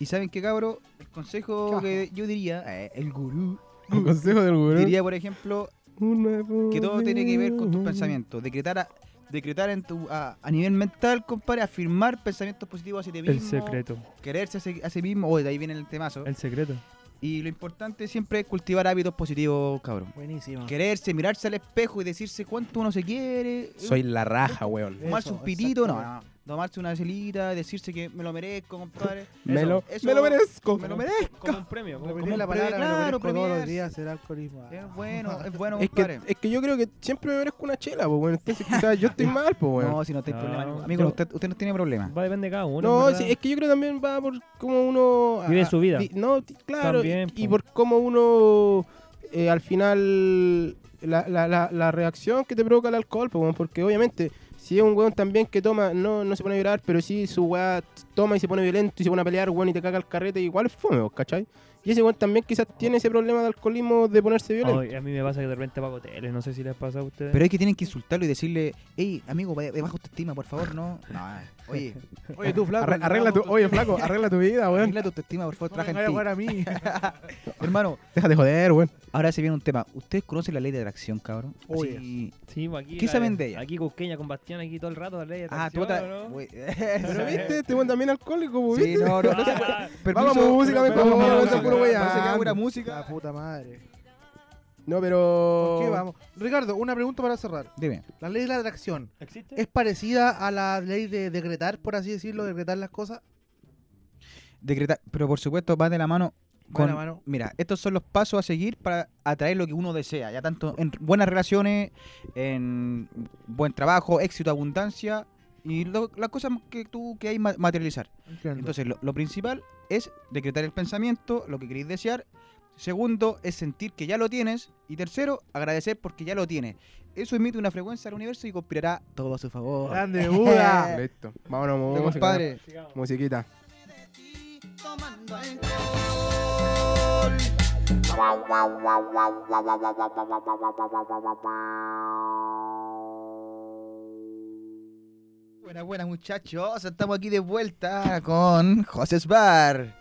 y saben qué, cabro, el consejo que yo diría, eh, el gurú, *laughs* Un consejo del gurú. diría, por ejemplo, que todo tiene que ver con tus pensamientos. Decretar a, decretar en tu, a, a nivel mental, compadre, afirmar pensamientos positivos hacia ti mismo. Quererse a sí, a sí mismo. Oh, de ahí viene el temazo. El secreto. Y lo importante siempre es cultivar hábitos positivos, cabrón. Buenísima. Quererse, mirarse al espejo y decirse cuánto uno se quiere. Soy la raja, weón. Tomarse Eso, un pitito, no, no. Tomarse una celita, decirse que me lo merezco, compadre. Me Eso, lo, eso- me lo merezco. Me lo merezco. Como un premio. como- Repetir la Como un palabra pre- claro, claro, todos los premiarse. días será alcoholismo. Ah, Es bueno, es bueno, *laughs* Es compadre. que, es que yo creo que siempre me merezco una chela, pues, weón. Entonces quizás yo estoy mal, pues, weón. No, si no estáis No, problema, amigo. Amigo, yo- usted, usted no tiene problema. Va a depender de cada uno. No, en sí, verdad. es que yo creo que también va por cómo uno... Vive ah, su vida. vi- no, ti- claro. También, y, y po. por cómo uno, eh, al final, la, la, la, la reacción que te provoca el alcohol, pues, weón, porque obviamente, si es un weón también que toma, no, no se pone a llorar, pero si su weá toma y se pone violento y se pone a pelear, weón, y te caga el carrete, igual es fome, vos, ¿cachai? Y ese weón también quizás tiene ese problema de alcoholismo de ponerse violento. Ay, a mí me pasa que de repente pago tele, no sé si les pasa a ustedes. Pero es que tienen que insultarlo y decirle, hey, amigo, vaya- baja autoestima, por *laughs* favor, no. No, eh. oye, Oye, tú, flaco. Arre- Arregla tu, oye, flaco, arregla tu vida, weón. arregla tu autoestima, por favor, No me trabaja vayas a jugar en a *laughs* mí. ti. Hermano, Déjate joder, weón. ahora se viene un tema. ¿Ustedes conocen la ley de atracción, cabrón? Oh, Oye. Así- Sí, pues aquí, ¿Qué la- saben de ella? Aquí Cusqueña con Bastián, aquí todo el rato. la ley de Ah, tú atracción, otra. ¿no? *laughs* Güey. Pero viste, este weón también alcohólico, pues, Sí, ¿viste? no, no, *laughs* no. se- Ah, Permiso, Vamos, música, Ah, pero- por pero- favor, música, no, puro parece weyando. que hay buena La música. puta madre. No, pero... ¿Por qué vamos? Ricardo, una pregunta para cerrar. Dime. La ley de la atracción. *laughs* ¿Existe? ¿Es parecida a la ley de decretar, por así decirlo, decretar las cosas? Decretar, pero por supuesto va de la mano con... Buena mano. Mira, estos son los pasos a seguir para atraer lo que uno desea, ya tanto en buenas relaciones, en buen trabajo, éxito, abundancia y lo- las cosas que tú que hay ma- materializar. Entonces, lo, lo principal es decretar el pensamiento, lo que queréis desear. Segundo, es sentir que ya lo tienes. Y tercero, agradecer porque ya lo tienes. Eso emite una frecuencia al universo y conspirará todo a su *laughs* favor. Grande Buda. Listo. Vámonos, Ya, música. compadre. Musiquita. Buenas, buenas muchachos, estamos aquí de vuelta con José Sbar.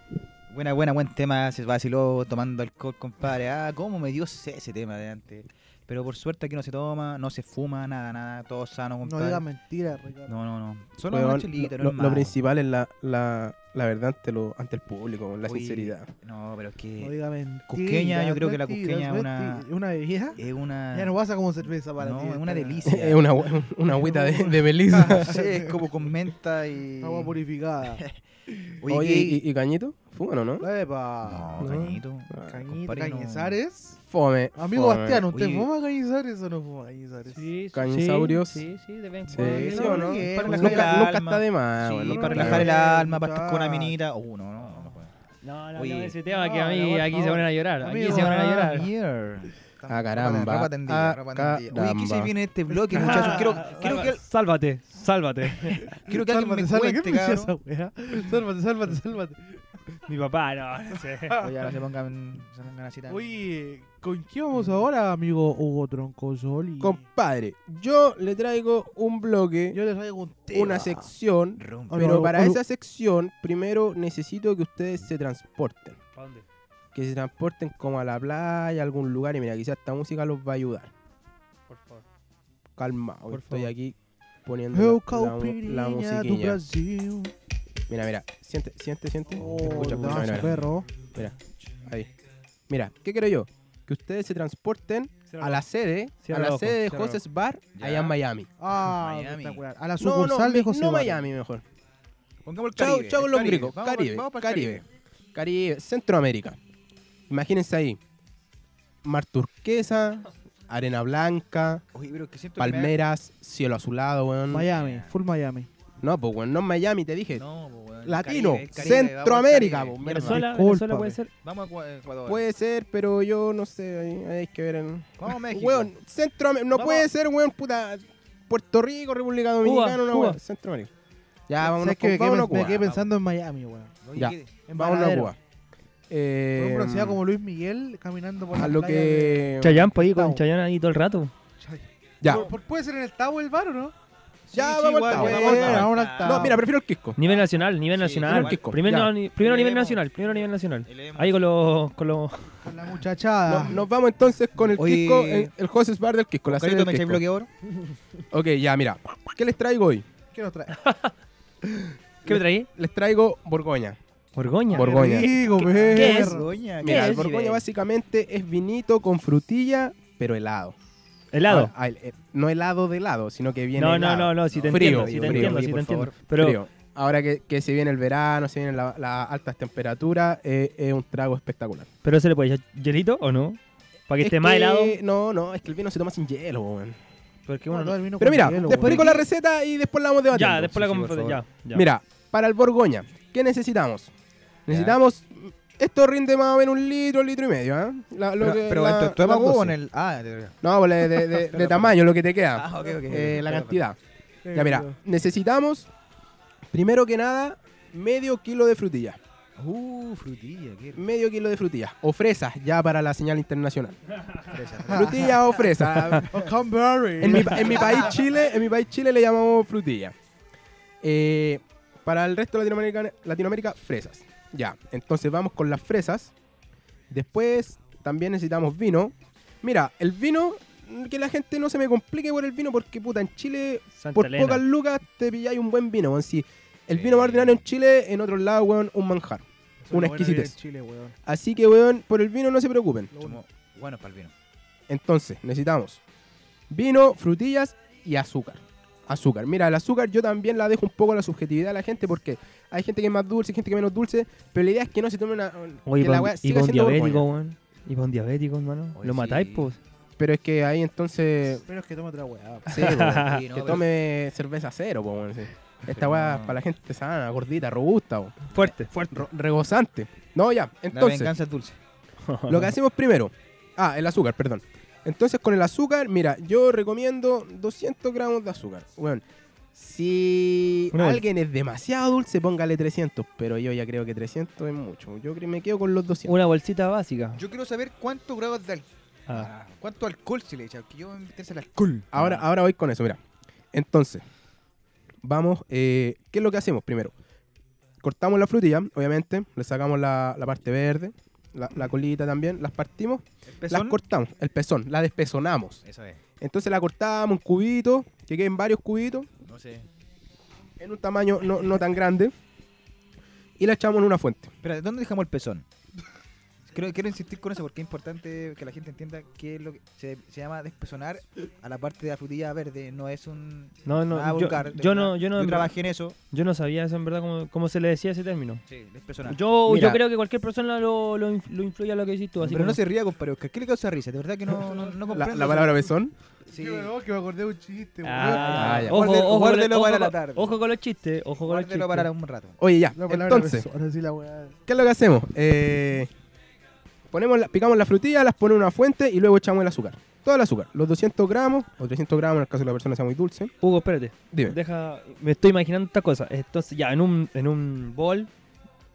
Buena, buena, buen tema, se vaciló tomando alcohol, compadre. Ah, cómo me dio sed ese tema de antes. Pero por suerte aquí no se toma, no se fuma, nada, nada, todo sano, No compadre. digas mentiras, Ricardo. no, no, no. Solo Weón, una chelita, lo, no lo- es lo malo. principal es la, la, la verdad ante, lo, ante el público, la Uy, sinceridad. No, pero es No que digas mentiras. eh, Cusqueña, yo creo que la mentiras, cusqueña es una- mentiras. ¿Una bebida? es una... Ya no pasa como cerveza para No, ti. es una esta- *laughs* delicia. Es una, *laughs* una, agüita de, de Melissa. Sí, es como con menta y... Agua purificada. *laughs* Oye, Oye, ¿qué- ¿y, y Cañito? ¿Fuman o no? Epa. No, No. cañito. Ah, Cañito, compadre, no. Cañizares. Fome. Amigo fome. Bastián, ¿usted Oye. fuma Cañizares o no fuma Cañizares? Sí, sí, Cañisaurios. Sí, sí, de vez en Sí, cuando. sí no, o no. bien, Para weón. relajar el Nunca- alma. nunca está de más. Sí, weón, nunca para está de relajar el más. alma, para estar con una Claro. minita. Uh, no, no, no. puedo. No, no, no, Oye. ese tema que No, a mí por aquí se favor. van a llorar. Aquí Amigo, se van a llorar. Year. Ah, caramba. Ropa tendida, Ah, ropa tendida. Oye, ¿qué se caramba. viene este bloque, muchachos? Quiero, Ah, quiero, que, Ah, Sálvate, sálvate. quiero que alguien me sálvate, cuente, ¿qué me decía cabrón. esa weá? Sálvate, sálvate, sálvate. Mi papá, no. no sé. *laughs* Oye, ahora se pongan, se pongan así también. Oye, ¿con qué vamos ahora, amigo Hugo Troncosoli? Compadre, yo le traigo un bloque, Yo les traigo un tema. una sección, Rumba. pero Olu- para olu- esa sección primero necesito que ustedes se transporten. ¿Para dónde? Que se transporten como a la playa, a algún lugar y mira, quizás esta música los va a ayudar. Por favor. Calma, Por estoy favor. aquí poniendo Eu la- la, mu- caipirinha la do musiquilla. Brasil. Mira, mira, siente, siente, siente. Oh, escucha, escucha, pedazo, mira, mira. perro. Ahí. Mira, ¿qué quiero yo? Que ustedes se transporten Cierra a la sede, Cierra a la los ojos, sede de cierra los Jose's Bar Ya. allá en Miami. Ah, Miami. espectacular. A la No, sucursal no, de mi- José no Valle. Miami mejor. Pongamos el Chao, Caribe. chao el los Caribe. gringos. Vamos por- Caribe, vamos por el Caribe, Caribe, Centroamérica. Imagínense ahí. Mar turquesa, arena blanca, Oye, pero que siento que me da- palmeras, cielo azulado, weón. Miami, full Miami. No, pues weón, no es Miami, te dije. No, po, weón, el Latino, Caribe, el Caribe, vamos al Centroamérica, Caribe. po, Mierda. Venezuela, Disculpa, Venezuela puede pe. ser. Vamos a Ecua- Ecuador. Puede ser, pero yo no sé, ahí ahí hay que ver en... Vamos a México. Weón, Centroamérica. No Vamos. puede ser, weón, puta. Puerto Rico, República Dominicana, una Cuba. weón. Centroamérica. Ya, Ah, vámonos ¿Sabes qué? con, Me quedé- vámonos a me quedé Cuba. pensando en Miami, weón. Oye, ya. ¿qué- En Vámonos a Baradero. Cuba. Por Eh, ejemplo, una ciudad como Luis Miguel caminando por a las lo playas de- que... Chayán, pues ahí con con Vamos. Chayán ahí todo el rato. Ya. Por- por- ¿Puede ser en el Tabo el bar o no? Ya, sí, vamos igual, al Tao, weón, vamos al weón, Tao. vamos al Tao. No, mira, prefiero el Quisco. Nivel nacional, nivel Sí, nacional. igual que- Primero, ya. ni- primero nivel Elevemos. nacional, primero nivel nacional. Elevemos. Ahí con los, con los Con la Ah. muchachada. No- nos vamos entonces con el Oye. Quisco, el, el Jose's Bar del Quisco, la sede Carito, del ¿me echáis Quisco. bloque oro? Ok, ya, mira. ¿Qué les traigo hoy? ¿Qué nos trae? ¿Qué me traí? Les traigo Borgoña. Borgoña. Bor- Borgoña. Rico, ¿Qué- qué es? perro. Doña, Mira, ¿qué el es? Borgoña básicamente es vinito con frutilla, pero helado. Helado. Ah, ah, el- eh, no helado de helado, sino que viene No, no, helado. no, no, si te Frío, entiendo, si te frío, entiendo, frío, si te por entiendo. favor, Pero frío. Ahora que, que se viene el verano, se vienen la- las altas temperaturas, eh, es un trago espectacular. pero se le puede echar hielito o no? Para que Es esté más que- helado. No, no, es que el vino se toma sin hielo, weón. Porque Bueno, uno todo no- el vino Pero con mira, hielo, te weón. explico la receta y después la vamos debatiendo. Ya, después la Sí, sí, por conversación. favor. Ya, ya. Mira, para el Borgoña, ¿qué necesitamos? Necesitamos. Esto rinde más o menos un litro, litro y medio, ¿ah? La- lo Pero, que- pero la- esto es las estómago o en dosis. el. Ah, de verdad. No, pues, de, de- *laughs* de- de tamaño, lo que te queda. Ah, ok, ok. eh, la Perdón, cantidad. Ya mira, necesitamos, primero que nada, medio kilo de frutilla. perdón. Uh, frutilla, qué Medio kilo de frutilla. O fresas, ya para la señal internacional. *laughs* fresa. Frutilla o *laughs* fresa. En mi, en mi país Chile, en mi país Chile le llamamos frutilla. Eh, para el resto de Latinoamérica, Latinoamérica, fresas. Ya, entonces vamos con las fresas. Después también necesitamos vino. Mira, el vino, mm, que la gente no se me complique por el vino, porque puta, en Chile Santa por Elena. pocas lucas te pilláis un buen vino, weón. Si el Sí. vino más ordinario en Chile, en otros lados, weón, un manjar. Una exquisitez. Así que, weón, por el vino no se preocupen. Somos buenos para el vino. Entonces, necesitamos vino, frutillas y azúcar. Azúcar. Mira, el azúcar yo también la dejo un poco a la subjetividad de la gente porque hay gente que es más dulce, gente que es menos dulce, pero la idea es que no se tome una... Oye, que pa' la un- weá y siga para un siendo diabético, Borgoña. weón. Y para un diabético, hermano. Oye, Lo matáis, sí. pues. Pero es que ahí entonces... Pero es que toma otra weá. sí, po, weón, Sí, no, que pero- tome cerveza cero, po, weón, sí. Esta weá no. para la gente sana, gordita, robusta, po, Fuerte, fuerte. ro- regozante. No, ya. La Entonces, venganza es dulce. Lo que hacemos primero. Ah, el azúcar, perdón. Entonces, con el azúcar, mira, yo recomiendo 200 gramos de azúcar. Bueno, si Una vez. alguien es demasiado dulce, póngale 300. Pero yo ya creo que 300 es mucho. Yo cre- me quedo con los 200. Una bolsita básica. Yo quiero saber cuántos grados de alcohol. Ah, ¿Cuánto alcohol se le echa? Que yo me interesa el alcohol. Ahora, ahora voy con eso, mira. Entonces, vamos. eh, ¿Qué es lo que hacemos primero? Cortamos la frutilla, obviamente. Le sacamos la, la parte verde, la, la colita también. Las partimos, las ¿Pezón? cortamos. El pezón, la despezonamos. Eso es. Entonces la cortábamos en cubitos, que queden varios cubitos, No sé. en un tamaño no, no tan grande, y la echamos en una fuente. Espera, ¿dónde dejamos el pezón? Creo, quiero insistir con eso porque es importante que la gente entienda que lo que se, se llama despezonar a la parte de la frutilla verde. No es un. No, no, ah, nada yo- vulgar, de yo verdad. no- yo no- trabajé en eso. yo no sabía eso, en verdad, cómo, cómo se le decía ese término. Sí, despezonar. Yo, Mira. yo creo que cualquier persona lo, lo, inf- lo influye a lo que dices tú. Así Pero que no se ría, compadre. Oscar. ¿Qué le causa risa? De verdad que no, no, no La, comprendo. la palabra besón. Sí. que me acordé de un chiste, weón. Ah, Ah, ya. ojo, Guárdelo- ojo, guárdelo con- para la ojo- tarde. Ojo con los chistes, ojo con los chistes. Guárdelo para un rato. Oye, ya. La palabra Entonces, persona, sí, la weá. ¿qué es lo que hacemos? Eh, ponemos la- picamos las frutillas, las ponemos en una fuente y luego echamos el azúcar. Todo el azúcar, los 200 gramos, o 300 gramos en el caso de que la persona sea muy dulce. Hugo, espérate. Dime. Deja, me estoy imaginando esta cosa. Entonces, ya, en un, en un bol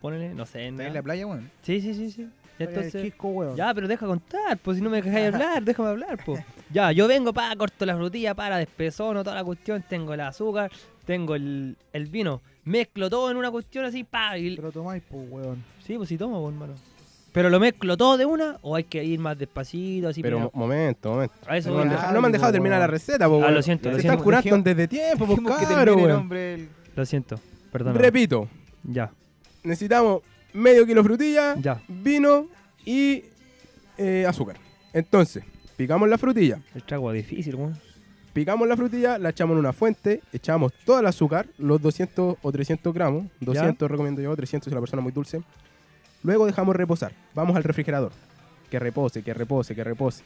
ponele, no sé. ¿Estás en nada. la playa, weón? Sí, sí, sí, sí. Y Entonces, Entonces, Quisco, weón. ya, pero deja contar, pues si no me dejáis hablar, déjame hablar, pues. Ya, yo vengo, pa, corto la frutilla, para, despezono, toda la cuestión, tengo el azúcar, tengo el, el vino, mezclo todo en una cuestión así, pa, y, Pero tomáis, pues, weón. Sí, pues si tomo, pues, hermano. Pero lo mezclo todo de una o hay que ir más despacito, así Pero mo- mira, momento, momento. a eso No voy. me han Ah, dejado, no me han dejado terminar la receta, po, Ah, weón. lo siento, lo Se están siento. curando desde tiempo, po, Dijimos que cabro, termine el weón. hombre. el- Lo siento. Perdón. Repito, Ya, necesitamos medio kilo de frutilla, ya. vino y eh, azúcar. Entonces, picamos la frutilla. El trago es difícil, weón. Picamos la frutilla, la echamos en una fuente, echamos todo el azúcar, los 200 o 300 gramos, 200 recomiendo yo, 300 si la persona es muy dulce. Luego dejamos reposar, vamos al refrigerador, que repose, que repose, que repose.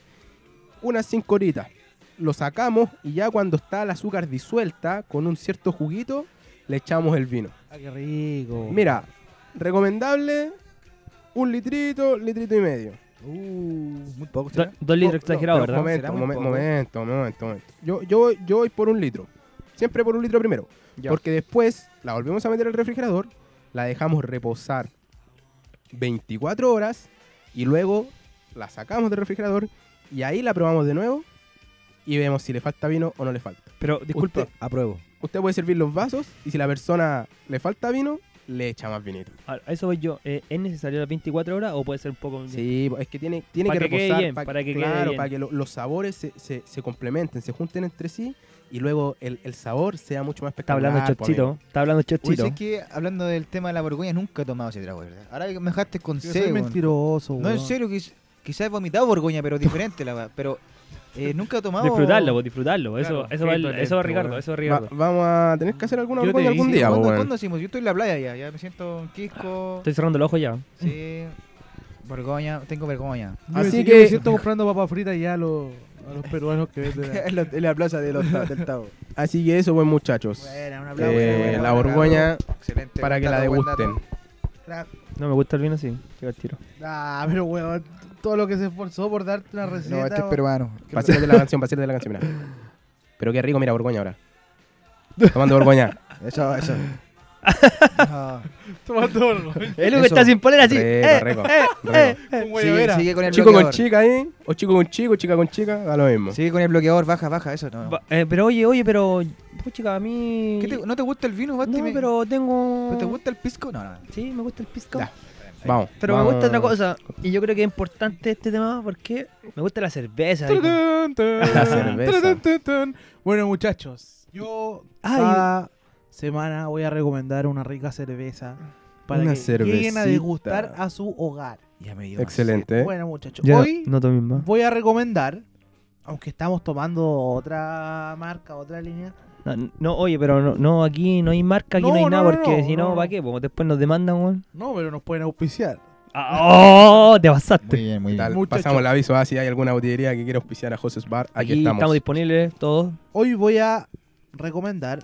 Unas 5 horitas, lo sacamos y ya cuando está el azúcar disuelta con un cierto juguito, le echamos el vino. Ah, qué rico. Mira, recomendable un litrito, litrito y medio. Uh, muy poco. Do- ¿será? Dos litros No, exagerados, Pero Ah, Momento, Será ¿verdad? muy momen- momento, poco. momento, momento. Yo, yo, yo voy por un litro. Siempre por un litro primero. Ya. Porque después la volvemos a meter al refrigerador, la dejamos reposar 24 horas y luego la sacamos del refrigerador y ahí la probamos de nuevo y vemos si le falta vino o no le falta. Pero, disculpa, Usted, Apruebo. usted puede servir los vasos y si la persona le falta vino, le echa más vinito. a a eso voy yo. eh, ¿Es necesario las 24 horas o puede ser un poco... Sí, po, es que tiene, tiene Pa' que, que quede reposar bien, pa' para que quede claro, bien. para que lo- los sabores se, se- se complementen, se junten entre sí y luego el, el sabor sea mucho más Está espectacular. hablando po, pues, amigo. chochito. Está hablando Oye, chochito. sé que hablando del tema de la vergüenza, nunca he tomado ese trago, ¿verdad? Ahora que me dejaste con Yo C, soy weón. mentiroso, No, en weón. serio, quiz- quizás he vomitado Borgoña, pero diferente la weá. Pero *laughs* eh, nunca he tomado. Disfrutarlo, vos, disfrutarlo. Eso, Claro, eso, va el- qué eso va talento, Ricardo, weón. eso va Va- Ricardo. vamos a tener que hacer alguna Yo te vergüenza algún hice, día, po, ¿Cuándo, weón. ¿Cuándo hicimos? Yo estoy en la playa ya, ya me siento un quisco. Estoy cerrando el ojo ya. Sí. Borgoña, tengo vergüenza. Yo me Así siento- que- me siento comprando papas fritas ya a los, a los peruanos que *laughs* venden. *laughs* en, la, plaza del Tavo. Así que eso, buen muchachos. Buena, un Eh, la borgoña Excelente. para buen que la dato, buen dato. degusten. No me gusta el vino así. Llega el *laughs* tiro. Ah, pero weón, todo lo que se esforzó por darte una receta. No, este es weón. peruano. Pasé de la canción, pasé de la canción, mira. Pero qué rico, mira, Borgoña ahora. Tomando *laughs* Borgoña. Eso, *laughs* eso. Ah. No. Tomando algo. El único que Eso. está sin polera así. Rico, eh, rico, eh. rico. Un Sigue, guayabera. sigue con el Chico con bloqueador. chica ahí, o chico con chico, chica con chica, da lo mismo. Sigue con el bloqueador, baja, baja, eso. No, Va- eh, pero oye, oye, pero... Pucha, a mí... ¿Qué te- ¿No te gusta el vino, Basti? No, Me- pero tengo... ¿No te gusta el pisco? No, no. Sí, me gusta el pisco. Ya. Vamos. Pero me vamos. gusta otra cosa. Y yo creo que es importante este tema porque me gusta la cerveza. y con- Tun, tun, La cerveza. tun, tun, tun. Bueno, muchachos, yo Ay. cada semana voy a recomendar una rica cerveza para Una que lleguen cervecita. a degustar a su hogar. Ya me dio más Excelente. ¿eh? Bueno, muchachos, Ya, hoy no tomes más. voy a recomendar, aunque estamos tomando otra marca, otra línea, No, no, oye, pero no, no, aquí no hay marca, aquí no, No, hay no, nada, no, porque no, si no, no, no. ¿para qué? Pues después nos demandan, weón. no, pero nos pueden auspiciar. Ah, *laughs* ¡Oh! Te sed. pasaste. Muy bien, muy ¿Qué tal? bien. Muchacho. Pasamos el aviso, ah, si hay alguna botillería que quiera auspiciar a José's Bar, aquí, estamos. disponibles todos. Hoy voy a recomendar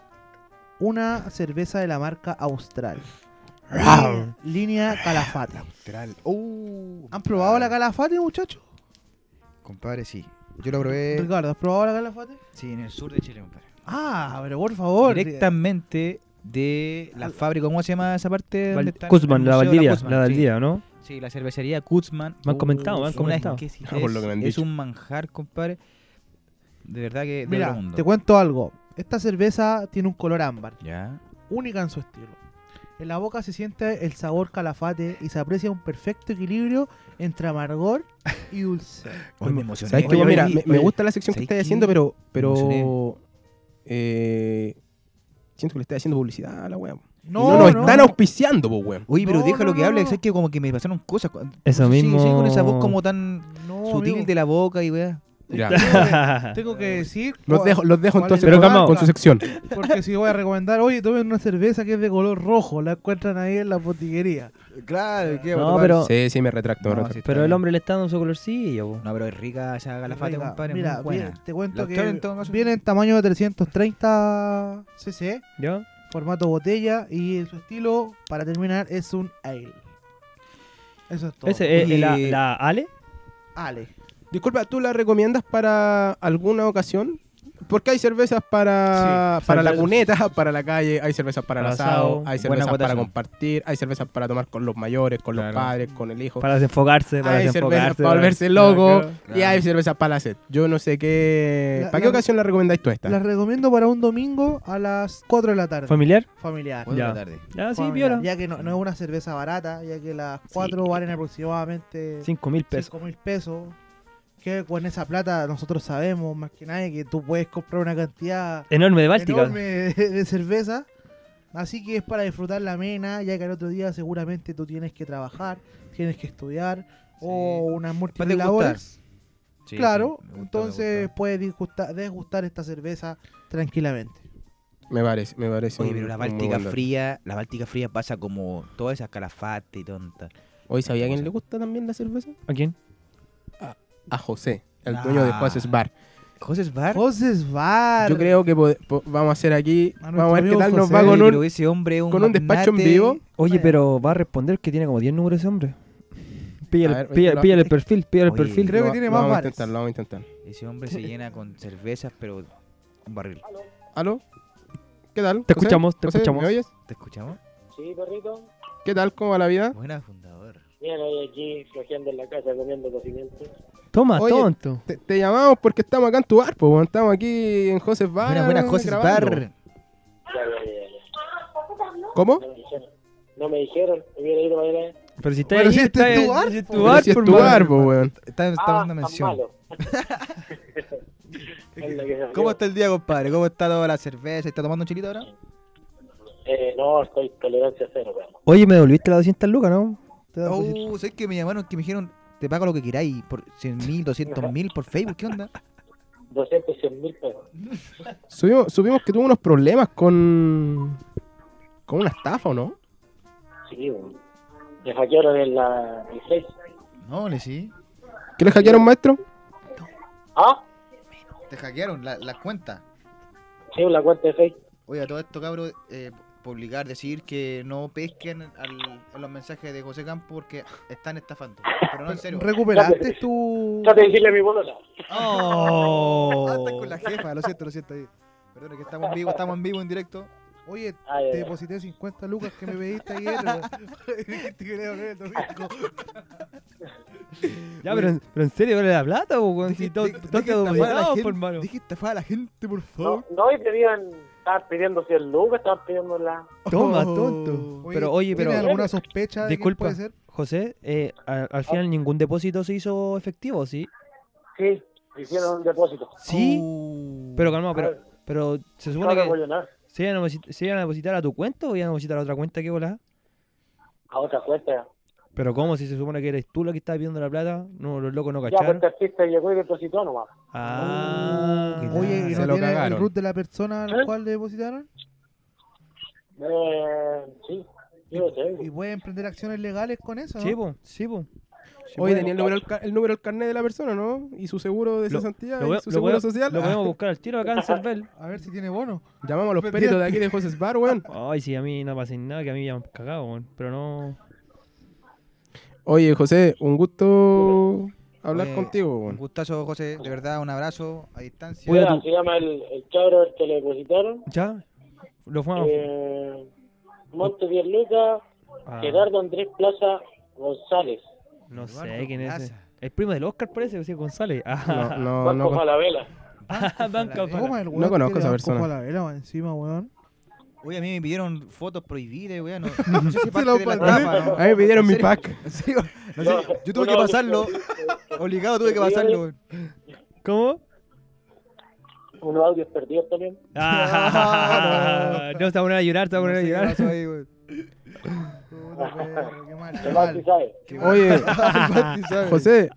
una cerveza de la marca Austral. Línea- línea Calafate. Literal. Uh, ¿Han probado la compadre. Calafate, muchachos? Compadre, sí. Yo lo probé. Ricardo, ¿has probado la Calafate? Sí, en el sur de Chile, compadre. Ah, pero por favor. Directamente de la fábrica, ¿cómo se llama esa parte? donde está el- Kuzman, el la museo de Valdivia, Kuzman? la Sí. Valdivia, *laughs* ¿no? Sí, la cervecería Kutzman. Me han comentado, me han una comentado. exquisitez, Por lo que me han es dicho. un manjar, compadre. De verdad que de Mira, otro mundo. te cuento algo. Esta cerveza tiene un color ámbar, Ya. única en su estilo. En la boca se siente el sabor calafate y se aprecia un perfecto equilibrio entre amargor y *laughs* dulce. Hoy me emocioné. ¿Sabes qué? Oye, Mira, ¿eh? oye, me, me oye, gusta la sección que ¿sabes estáis qué? haciendo, pero. pero emocioné. eh, siento que le estáis haciendo publicidad a la wea. No, No, no, están auspiciando, po, weón. Oye, pero No, deja lo no, que no, hable, no. ¿sabes que como que me pasaron cosas? cu- Eso Sí, Sí, con esa voz mismo. como tan No, sutil amigo. de la boca y weá. Ya. Tengo *laughs* que decir. *laughs* Los cuál- dejo, los dejo cuál es entonces la Pero con, calmao. con su sección. Porque si voy a recomendar, oye, tomen una cerveza que es de color rojo, la encuentran ahí en la botiguería. Claro, va a No, tomar? pero- Sí, sí, me retracto. me retracto. Pero el hombre le está dando su colorcillo, po. No, pero es rica esa galafate, Rica. compadre. Mira, muy buena. bien, te cuento La que Austral, en todo caso. viene en tamaño de 330 cc, ¿Ya? formato botella y su estilo, para terminar, es un ale. Eso es todo. Ese, es Oye. la, la Ale. Ale. Disculpa, ¿tú la recomiendas para alguna ocasión? Porque hay cervezas para, Sí, para la cervezas. cuneta, para la calle, hay cervezas para el Para asado, asado, hay buena cervezas para acotación. compartir, hay cervezas para tomar con los mayores, con los Claro. padres, con el hijo. Para desenfocarse, para hay cervezas desenfocarse. para volverse loco y Claro. hay cervezas para hacer. Yo no sé qué... La- ¿Para qué la- ocasión la recomendáis tú esta? Las recomiendo para un domingo a las 4 de la tarde. ¿Familiar? familiar. Cuatro de la Ya. tarde. Ya, Ah, sí, Familiar, viola. Ya que no, no es una cerveza barata, ya que las 4 valen aproximadamente 5 Cinco mil pesos. mil pesos. Que con esa plata nosotros sabemos más que nadie que tú puedes comprar una cantidad Enorme de Báltica. enorme de, de cerveza. Así que es para disfrutar la mena, ya que al otro día seguramente tú tienes que trabajar, tienes que estudiar o unas múltiples labores. Sí, claro, sí, me gustó, me entonces gustó. puedes disgusta- degustar esta cerveza tranquilamente. Me parece, me parece. Oye, un- pero la un muy Báltica buen dato. fría, la Báltica fría pasa como todas esas calafates y tontas. Hoy sabía a quién le gusta también la cerveza. ¿A quién? A José, el dueño de Ah. Juaces Bar. José Sbar. Voces Bar. Yo creo que pod- po- vamos a hacer aquí. A Vamos a ver nuestro qué tal amigo nos José. va con Oye, pero un. ese hombre es un con un despacho en magnate. vivo. Oye, Bueno. pero va a responder que tiene como 10 números ese hombre. A Píllale, ver, píllale, lo- píllale el perfil, píllale el Oye, perfil. creo Lo- que tiene lo más Vamos a bares. intentarlo, vamos a intentar. Ese hombre se llena con cervezas, pero un barril. ¿Aló? ¿Qué tal? Te José? escuchamos, te José, escuchamos. ¿Me oyes? ¿Te escuchamos? Sí, perrito. ¿Qué tal? ¿Cómo va la vida? Buena fundador. Bien, hoy aquí flojeando en la casa comiendo cocimiento. Toma, Oye. tonto. Te, te llamamos porque estamos acá en tu bar, pues. Estamos aquí en José Bar. buena, buena José Ah, grabando. Sbar. Ya, ya, ya, ya. ¿Cómo? No me dijeron. No me dijeron. Hubiera ido mañana. Pero si está Pero ahí, si este está es tu ahí, bar, si es tu po. bar, Pero si es por tu mano. bar, pues, weón. Está, está Ah, dando tan mención. *laughs* malo. Es lo que salió. ¿Cómo está el día, compadre? ¿Cómo está toda la cerveza? ¿Está tomando un chilito ahora? Eh, no, estoy tolerancia cero, weón. Oye, me devolviste las 200 lucas, ¿no? Te da- Oh, ¿sabes que me llamaron? Que me dijeron, te pago lo que queráis. Por 100 mil, 200 mil por Facebook. ¿Qué onda? 200 y 100 mil pesos. Subimos, subimos que tuvo unos problemas con. con una estafa, ¿o no? Sí, weón. Me hackearon en la. el Face. No, le sí. ¿Qué le hackearon, maestro? Ah, Te hackearon la, la cuenta. sí, la cuenta de Facebook. Oye, a todo esto, cabro, eh, publicar, decir que no pesquen al- a los mensajes de José Campo porque están estafando. Pero no en serio. Recuperaste tu. Trate de decirle a mi bolona. Ah, estás con la jefa, lo siento, lo siento ahí. Perdón, que estamos en vivo, estamos en vivo, en directo. Oye, Ay, te ay, ay. deposité 50 lucas que me pediste ayer. weón. Dijiste que le iba a poner el domingo. Ya, pero, en- pero en serio, ¿vale la plata, po, weón? Si Dije- todo dije- todo dije te estafar a la doblado, gente, por mano. Dije estafar a la gente, por No, favor. no, y pedían. Estaban pidiendo 100 lucas, estaban pidiendo la. Toma, Oh. tonto. Pero, oye, ¿tienes pero- alguna sospecha de quién Disculpa. puede ser? José, eh, al, al Ah. final ningún depósito se hizo efectivo, ¿sí? Sí, hicieron un depósito. Sí, Oh. pero calma, pero, pero se No supone te que Ah. voy a nada. se iban, a deposit- se iban a depositar a tu cuenta o iban a depositar a otra cuenta que volá. A otra cuenta. Pero ¿cómo? Si se supone que eres tú la que estaba pidiendo la plata, no, los locos no Ya, pues cacharon. este artista llegó y depositó nomás. Ah, Oye, ¿y Se no lo tiene el cagaron. root de la persona al ¿Eh? cual le depositaron? Eh, sí, yo sé. ¿Y puede emprender acciones legales con eso? ¿no? sí, po, sí, po. Oye, tenía el número, al ca- el número del carnet de la persona, ¿no? Y su seguro de Lo- cesantía, Lo, voy- y su lo voy- seguro social. lo podemos buscar al tiro acá en Cervel. A ver si tiene bono. *laughs* Llamamos a los peritos de aquí de José Bar, weón. Ay, sí, a mí no pasa nada, que a mí ya me han cagado, weón. Pero no. *laughs* Oye, José, un gusto Eh, hablar Oye, contigo, Eh, Un weón. gustazo, José. De verdad, un abrazo a distancia. Cuida Mira, eh, tu- se llama el, el cabro al que le depositaron. ¿Ya? Lo fumamos. Eh, Monte Pierluca, Ah, Gerardo Andrés Plaza González, no sé Eduardo quién es. ese. Plaza. El primo del Oscar parece, o sea, González. *laughs* Ah, No, no, no. Banco Falabella. Ah, Banco Falabella. Falabella. Toma el No weón que conozco le esa dan persona. cojo a la vela, weón, encima, weón. Oye, a mí me pidieron fotos prohibidas, weón. No, no sé si parte lo de la puedo creer. estafa, ¿no? Ahí me pidieron ¿En mi serio? pack. En serio, no sé, yo tuve que pasarlo. Obligado tuve que pasarlo, weón. ¿Cómo? Unos audios perdidos también. Ah, no, se va a poner a llorar, se va a No poner a sé qué llorar. pasó ahí, *laughs* weón. Puta, perro, qué mal, qué El más mal. sí sabe. *laughs* Oye, Mati sabe. José,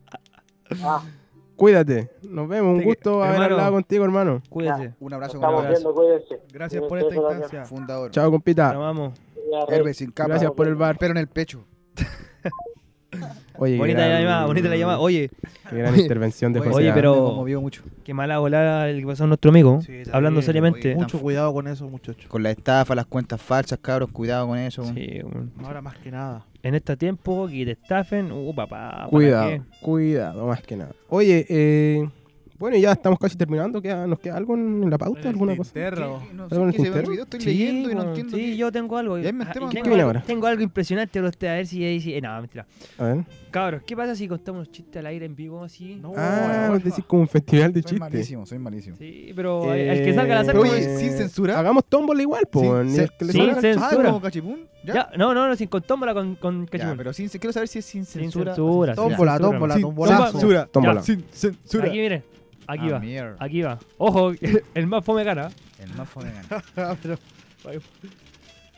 Ah, cuídate. Nos vemos. Un Te- gusto haber hermano. hablado contigo, hermano. Cuídese. Un abrazo con estamos abrazo. viendo, cuídense. Gracias por esta Cuídense, gracias. instancia. fundador. Chao, Te compita. amamos. Ya, rey. Héroe sin capa. Gracias por el bar. Pero en el pecho. Oye, qué Bonita la gran- llamada, bonita la llamada. Oye, Qué gran intervención de José. oye, ah. pero- Me conmovió mucho. qué mala volada el que pasó a nuestro amigo. Sí, también, hablando oye, seriamente. Mucho cuidado con eso, muchachos. Con la estafa, las cuentas falsas, cabros, cuidado con eso. weón. Sí, weón. Ahora más que nada. en este tiempo que te estafen, uh, papá. ¿para Cuidado, qué? cuidado, más que nada. Oye, eh, Bueno, y ya estamos casi terminando. ¿Queda- ¿Nos queda algo en la pauta? En el ¿Alguna cosa? tintero. ¿Qué? No ¿Algo en el qué se ve en el tintero? video, estoy leyendo y no bueno, entiendo. Sí, qué- yo tengo algo. Y ahí me Ah, metemos y en ¿Qué tengo, viene algo ahora? tengo algo impresionante para usted. A ver si ahí sí. eh, no, mentira. A ver. Cabros, ¿qué pasa si contamos unos chistes al aire en vivo así? No, Ah, porfa. es decir, como un festival de Soy chistes. malísimo, soy malísimo. Sí, pero al- al Oh, que salga Eh, la pues, saca. Oye, sin censura. Hagamos tómbola igual, po. Sin- weón, y se- Pues, el que le sin salga- censura. Ah, como cachipún. Ya. Ya, no, no, no, sin contómbola con, con Ya, Cachimón. pero sin, quiero saber si es sin Sin censura. censura, Sin Tómbola, Tómbola, censura, tómbola, tómbola, tómbola. censura. Tómbola. Sin censura. Aquí, miren. Aquí Ah, va. mierda. Aquí va. Ojo, *laughs* el más fome gana. El más fome gana.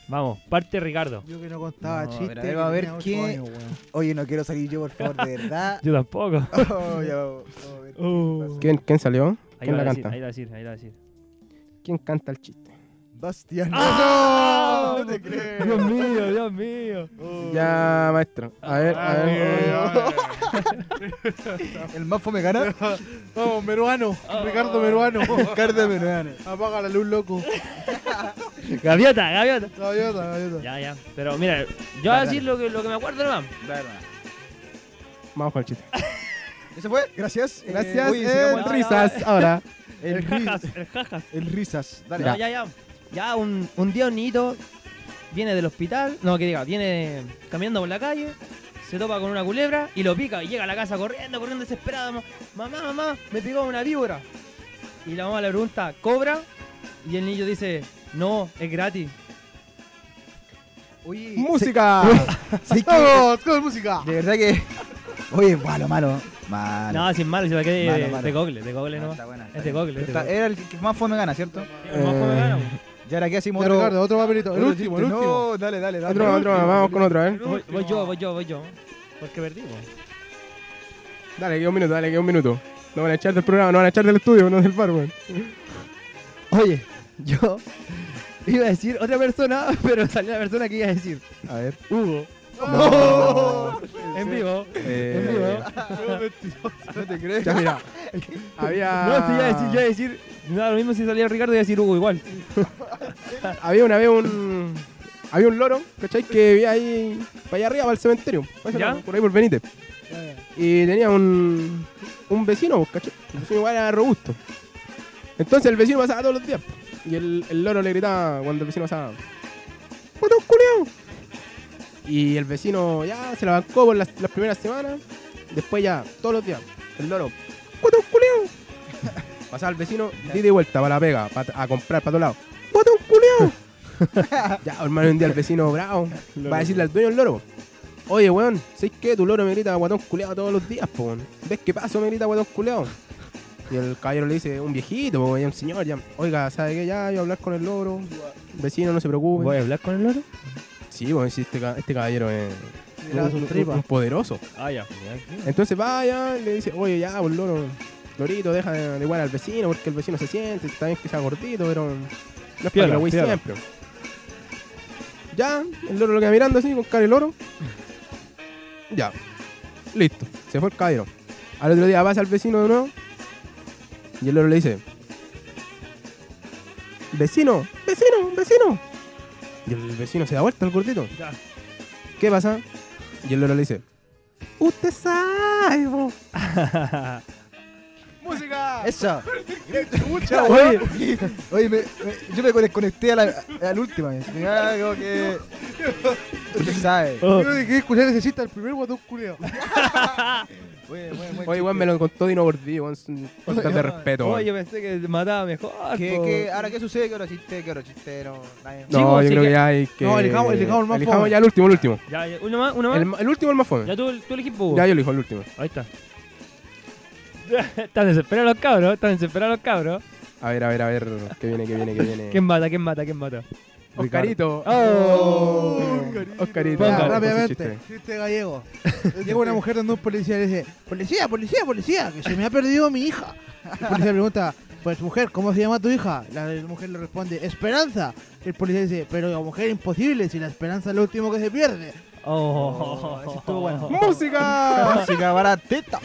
Vamos, parte Ricardo. Yo que no contaba No, a ver, chistes. a ver, que va a ver tenía ocho qué- años, weón. Oye, no quiero salir yo, por favor, de verdad. Yo tampoco. *laughs* Oh, ya, a ver. ¿Quién, quién salió? Ahí ¿Quién va la a decir, canta? ahí va a decir, ahí va a decir. ¿Quién canta el chiste? Bastián. ¡Ah! No te creo. Dios mío, Dios mío. Ya, maestro. A ver, a ver. El más fome gana. Vamos, Meruano. Ricardo Meruano. Ricardo Meruano. Apaga la luz, loco. Gaviota, gaviota. Gaviota, gaviota. Ya, ya. Pero mira, yo voy a decir lo que, lo que me acuerdo nomás. Vamos con el chiste. Ese fue. Gracias. Eh, Gracias, oye, eh, sigamos- el- risas. Ahora. el, El ri- jajas, el jajas. el risas. Dale. Ya, ya, ya. Ya, un, un día un niñito viene del hospital, no, que diga, viene caminando por la calle, se topa con una culebra y lo pica y llega a la casa corriendo, corriendo desesperado. ma- Mamá, mamá, me picó una víbora. Y la mamá le pregunta, ¿cobra? Y el niño dice, no, es gratis. Oye, *laughs* ¡Música! sé que- ¡Vamos, con música! de verdad que. Oye, malo, malo. Malo. No, sin malo, se va a quedar Malo, de- malo. de gogle, de gogle No, no. Ah, Este está buena, está Es de bien. Google, es de Está- Google. Era el que más fome gana, ¿cierto? Eh, Y ahora que hacemos Ya, otro. Ricardo, otro más bonito. El otro último, el chiste. último. No, dale, dale, dale. Otro, más, otro, más, vamos con otro, ¿eh? Voy, voy yo, voy yo, voy yo. Porque perdimos. Dale, queda un minuto, dale, queda un minuto. Nos van a echar del programa, nos van a echar del estudio, no del bar, weón. Oye, yo iba a decir otra persona, *laughs* pero salió la persona que iba a decir. A ver. Hugo. No. En vivo. En vivo. Eh, No te crees. ya, mira. *laughs* Había. No, si iba a decir, yo iba a decir. No, da lo mismo si salía Ricardo, iba a decir Hugo igual. Había una vez un. Había un loro, ¿cachai? Que vivía ahí. Para allá arriba, para el cementerio. Para ese ¿Ya? lado, Por ahí, por Benítez. Y tenía un. Un vecino, ¿cachai? El vecino igual era robusto. Entonces el vecino pasaba todos los días. Y el, el loro le gritaba cuando el vecino pasaba. ¡Potón culiao! Y el vecino ya se la bancó por las, las primeras semanas. Después ya, todos los días. El loro. ¡Potón culiao! *laughs* Pasaba el vecino, di de vuelta para la pega, pa- a comprar para todos lados. ¡Potón culiao! *laughs* ya, hermano, un día el vecino bravo va a decirle al dueño del *laughs* loro. Oye, weón, ¿sabes qué? Tu loro me grita guatón culeado todos los días, po, weón. ¿Ves qué paso me grita guatón culeado? Y el caballero le dice, un viejito, po, ya un señor, ya. Oiga, ¿sabe qué? Ya, yo voy a hablar con el loro. Vecino, no se preocupe. a hablar con el loro? Sí, weón, sí, este, ca- este caballero es un, Era su un- tripa. un poderoso. Ah, ya. Entonces vaya, le dice, oye, ya, pues loro, lorito, deja de igual al vecino, porque el vecino se siente, está bien que sea gordito, pero no es para que Piola, lo güey piola. siempre. Ya, el loro lo queda mirando así, con cara de loro. Ya, listo, se fue el caballero. Al otro día pasa al vecino de nuevo, y el loro le dice, vecino, vecino, vecino. Y el vecino se da vuelta al gordito. Ya. ¿Qué pasa? Y el loro le dice, usted sabe, po". Eso. *laughs* Oye, Oye, me- me- yo me desconecté a la, a la última vez. Me "Ah, da como que. Usted sabe. Yo dejé escuchar ese chiste al primer guatón *laughs* culiao. Oye, buen- buen Oye, weón, chiste. me lo contó Dino Gordillo, weón. es un- Falta de respeto, weón. Oye, pensé que te mataba mejor. ¿Qué, po. qué, ahora, ¿qué sucede? ¿Qué hora chiste? ¿Qué hora chiste? No, nadie- Sí, No, weón, yo sí creo que que- ya hay que. No, elijamos- elijamos el más Elijamos fome. ya el último, el último. Ya, ya, uno más, uno más. El, ma- el último, el más fome. Ya tú, tú elegís, po, Hugo. Ya yo elijo el último. Ahí está. *laughs* Están desesperados los cabros, están desesperados los cabros. A ver, a ver, a ver. ¿Qué viene, qué viene, qué *laughs* viene? ¿Quién mata? ¿Quién mata? ¿Quién mata? Oscarito. Oh. Oscarito. Oscarito. Ponga, Ya, rápidamente. chiste. *laughs* Chiste gallego. Llega una mujer donde un policía le dice, policía, policía, policía, que se me ha perdido mi hija. El policía le pregunta, pues mujer, ¿cómo se llama tu hija? La mujer le responde, Esperanza. El policía dice, pero mujer, imposible, si la esperanza es lo último que se pierde. Oh, *laughs* eso estuvo bueno. Ah. ¡Música! Música baratita.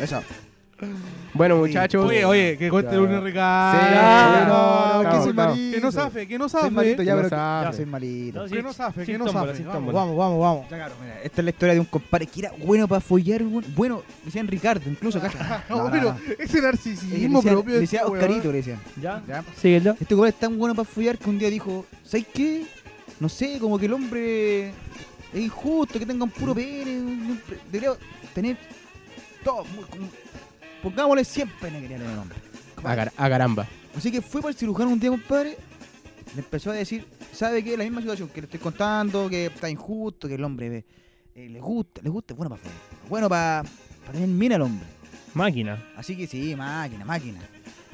Eso. Bueno, muchachos. Oye, oye, que cuente un recado. Sí, Ya, no, que no, soy no. malito. Que no safe, que no safe. Soy malito, ya, No pero ah, sabe. ya soy malito. Que no safe, que no safe. Vamos, Vamos, vamos, vamos, vamos. Ya, claro, mira, esta es la historia de un compadre que era bueno para follar, weón. bueno, le decían Ricardo, incluso, cacha. *laughs* No, No, no, pero no. ese Eh, le narcisismo decían, propio le de decían este Oscarito, weón. le decían. Ya, ¿Ya? síguelo. Este compadre es tan bueno para follar que un día dijo, ¿sabes qué? No sé, como que el hombre es injusto, que tenga un puro pene, un- un pre- debería tener todo, muy- como- pongámosle 100 penes que tiene el hombre. A, gar- a caramba. Así que fue para el cirujano un día, compadre. Le empezó a decir, ¿sabe qué? La misma situación que le estoy contando, que está injusto, que el hombre ve, eh, le gusta, le gusta, es bueno para fuera. Bueno para para tener mina al hombre. Máquina. Así que sí, máquina, máquina.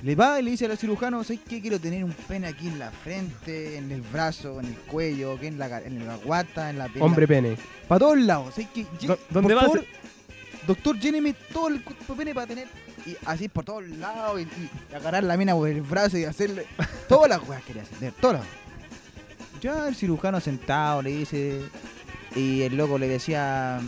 Le va y le dice al cirujano, ¿sabes qué? Quiero tener un pene aquí en la frente, en el brazo, en el cuello, que en la, ga- en la guata, en la pierna. Hombre pene. Para todos lados. ¿sabes qué? Lle- Do- ¿dónde por vas? favor, doctor, lléneme todo el cuerpo pene para tener. Y así por todos lados, y, y agarrar la mina por el brazo *laughs* y hacerle. Todas las cosas quería hacer, todas las Ya el cirujano sentado le dice. Y el loco le decía.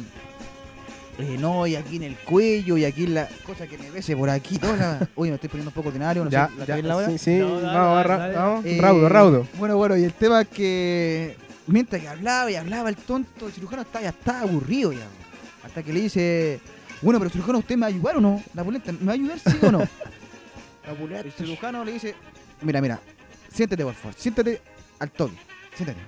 eh, no, y aquí en el cuello, y aquí en la cosa que me bese por aquí, *laughs* toda la... Uy, me estoy poniendo un poco tenario, no Ya, sé, la ya, que es la hora. Sí, sí. No, dale, vamos, dale, ra- dale. vamos. Eh, Raudo, raudo. Bueno, bueno, y el tema es que mientras que hablaba y hablaba el tonto, el cirujano estaba, ya estaba aburrido ya. güey. Hasta que le dice, bueno, pero cirujano, ¿usted me va a ayudar o no? La pulenta, ¿me va a ayudar sí o no? *laughs* La pulenta. El cirujano le dice, mira, mira, siéntate por favor, siéntate al toque, siéntate.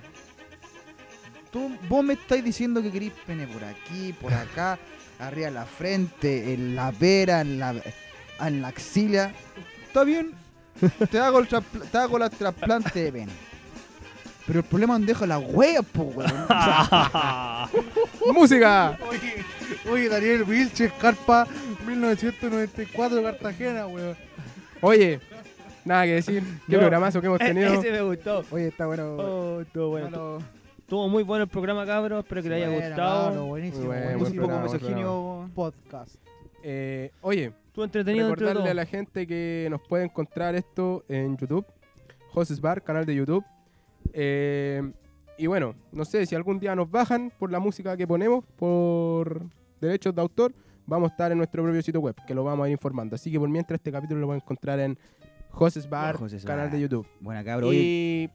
Tú, vos me estáis diciendo que querís pene por aquí, por acá, *laughs* arriba de la frente, en la pera, en la, en la axila. Está bien, te hago, el traspla- te hago la trasplante de pene. Pero el problema es donde dejo la hueá, po, weón. O sea, ¡Música! Oye, oye, Daniel Vilches, Carpa, 1994, Cartagena, weón. Oye, nada que decir. Qué No. programazo que hemos tenido. Ese me gustó. Oye, está bueno. Oh, estuvo bueno. Malo. Estuvo muy bueno el programa, cabros. Espero que les haya Buena, gustado. Pablo, buenísimo. Muy bueno, buenísimo. buen un poco programa, buen misoginio. Podcast. Eh, oye, Estuvo entretenido dentro de recordarle todo. a la gente que nos puede encontrar esto en YouTube. Joses Bar, canal de YouTube. Eh, y bueno, no sé si algún día nos bajan por la música que ponemos, por derechos de autor, vamos a estar en nuestro propio sitio web, que lo vamos a ir informando. Así que por mientras este capítulo lo van a encontrar en Joses Bar, Joses canal Bar. de YouTube. Buena, cabrón. Oye, y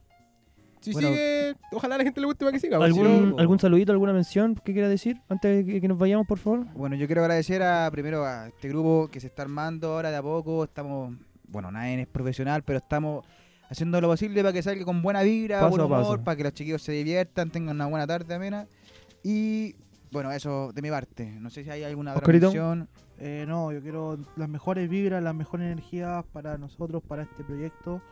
si Bueno. sigue, ojalá a la gente le guste para que siga. porque si ¿Algún, no- ¿Algún saludito, alguna mención que quiera decir antes de que, que nos vayamos, por favor? Bueno, yo quiero agradecer a, primero a este grupo que se está armando ahora de a poco. Estamos, bueno, nadie es profesional, pero estamos haciendo lo posible para que salga con buena vibra, Paso buen a humor, paso. para que los chiquillos se diviertan, tengan una buena tarde amena. Y bueno, eso de mi parte. No sé si hay alguna otra Oscarito. mención. Eh, no, yo quiero las mejores vibras, las mejores energías para nosotros, para este proyecto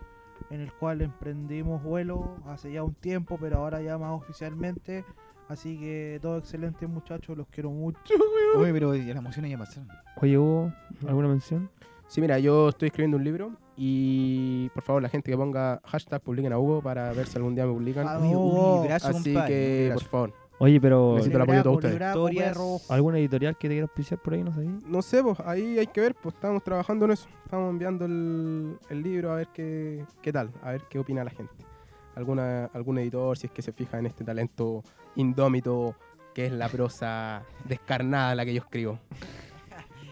en el cual emprendimos vuelo hace ya un tiempo, pero ahora ya más oficialmente. Así que todo excelente muchachos, los quiero mucho. Uy, pero las emociones ya pasaron. Oye, Hugo, ¿alguna mención? Sí, mira, yo estoy escribiendo un libro y por favor la gente que ponga hashtag publiquen a Hugo para ver si algún día me publican. Ah, Uy, Oh, un librazo, Así compadre, un que, librazo. por favor, Oye, pero Necesito el apoyo de todos ustedes. libraco, Historias. perro. ¿alguna editorial que te quiera auspiciar por ahí? No sé. no sé, pues ahí hay que ver, pues estamos trabajando en eso. Estamos enviando el, el libro a ver qué, qué tal, a ver qué opina la gente. Alguna, algún editor, si es que se fija en este talento indómito que es la prosa descarnada la que yo *laughs* escribo.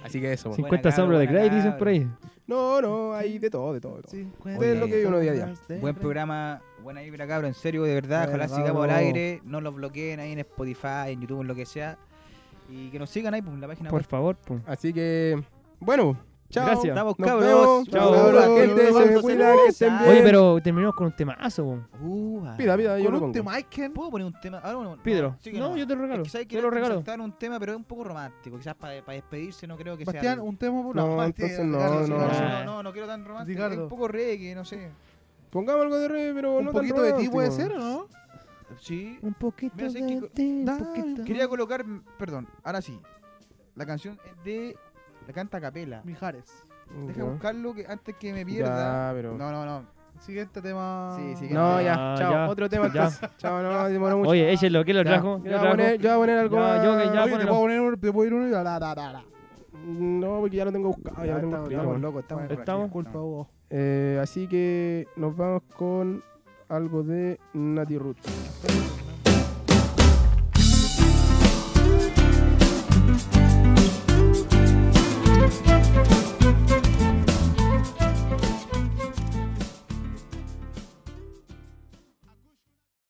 Así que eso. pues. 50 sombras de cabro, Grey, buena dicen por ahí. No, no, hay de todo, de todo, de todo. Sí, Ustedes lo que vive uno día a día. Buen programa, buena vibra, cabrón, en serio, de verdad. Bueno, Ojalá sigamos al cabro. aire, no los bloqueen ahí en Spotify, en YouTube, en lo que sea. Y que nos sigan ahí, pues, en la página Por web. favor, pum. Así que, bueno, chao. Gracias. Estamos Nos cabros. vemos. Chao. Cabros, gente, se me cuidan, que estén bien. Oye, pero terminamos con un temazo, po. Uh, ah. Pida, pida, yo Con lo un pongo. tema, Aiken. ¿Puedo poner un tema? Ahora no, Pídelo. sí que No, no. yo te lo regalo. Es que sabes que Yo lo quiero regalo. resaltar un tema, pero es un poco romántico. Quizás para despedirse no creo que sea. Bastián, un tema por No, Bastián, entonces no, Ricardo, no, sí, no. no, no, no quiero tan romántico. Ricardo. es Un poco reggae, no sé. Pongamos algo de re, pero Un no tan poquito de ti romántico. puede ser, ¿o no? Sí. Un poquito Mira, ¿sabes qué? de ti, Dale. poquito. Quería colocar, perdón, ahora sí. La canción es de. La canta a capela. Mijares. Deja Ya. buscarlo que antes que me pierda. Ya, pero... No, no, no. Siguiente tema. Sí, siguiente. No, Ah, ya, chao. ya. Otro tema. Ya. entonces. Chao, no, demoró *laughs* mucho. Oye, échelo, ¿qué lo trajo? ¿Qué yo, voy a lo trajo? poner, yo voy a poner algo Ya, más. yo que ya- Oye, te ponelo. puedo poner uno, te puedo ir uno y la la la la. No, porque ya lo tengo buscado, ya lo tengo escrito, bueno. locos, estamos, Bueno, estamos. Disculpa, Hugo. Eh, Así que nos vamos con algo de Nati Roots.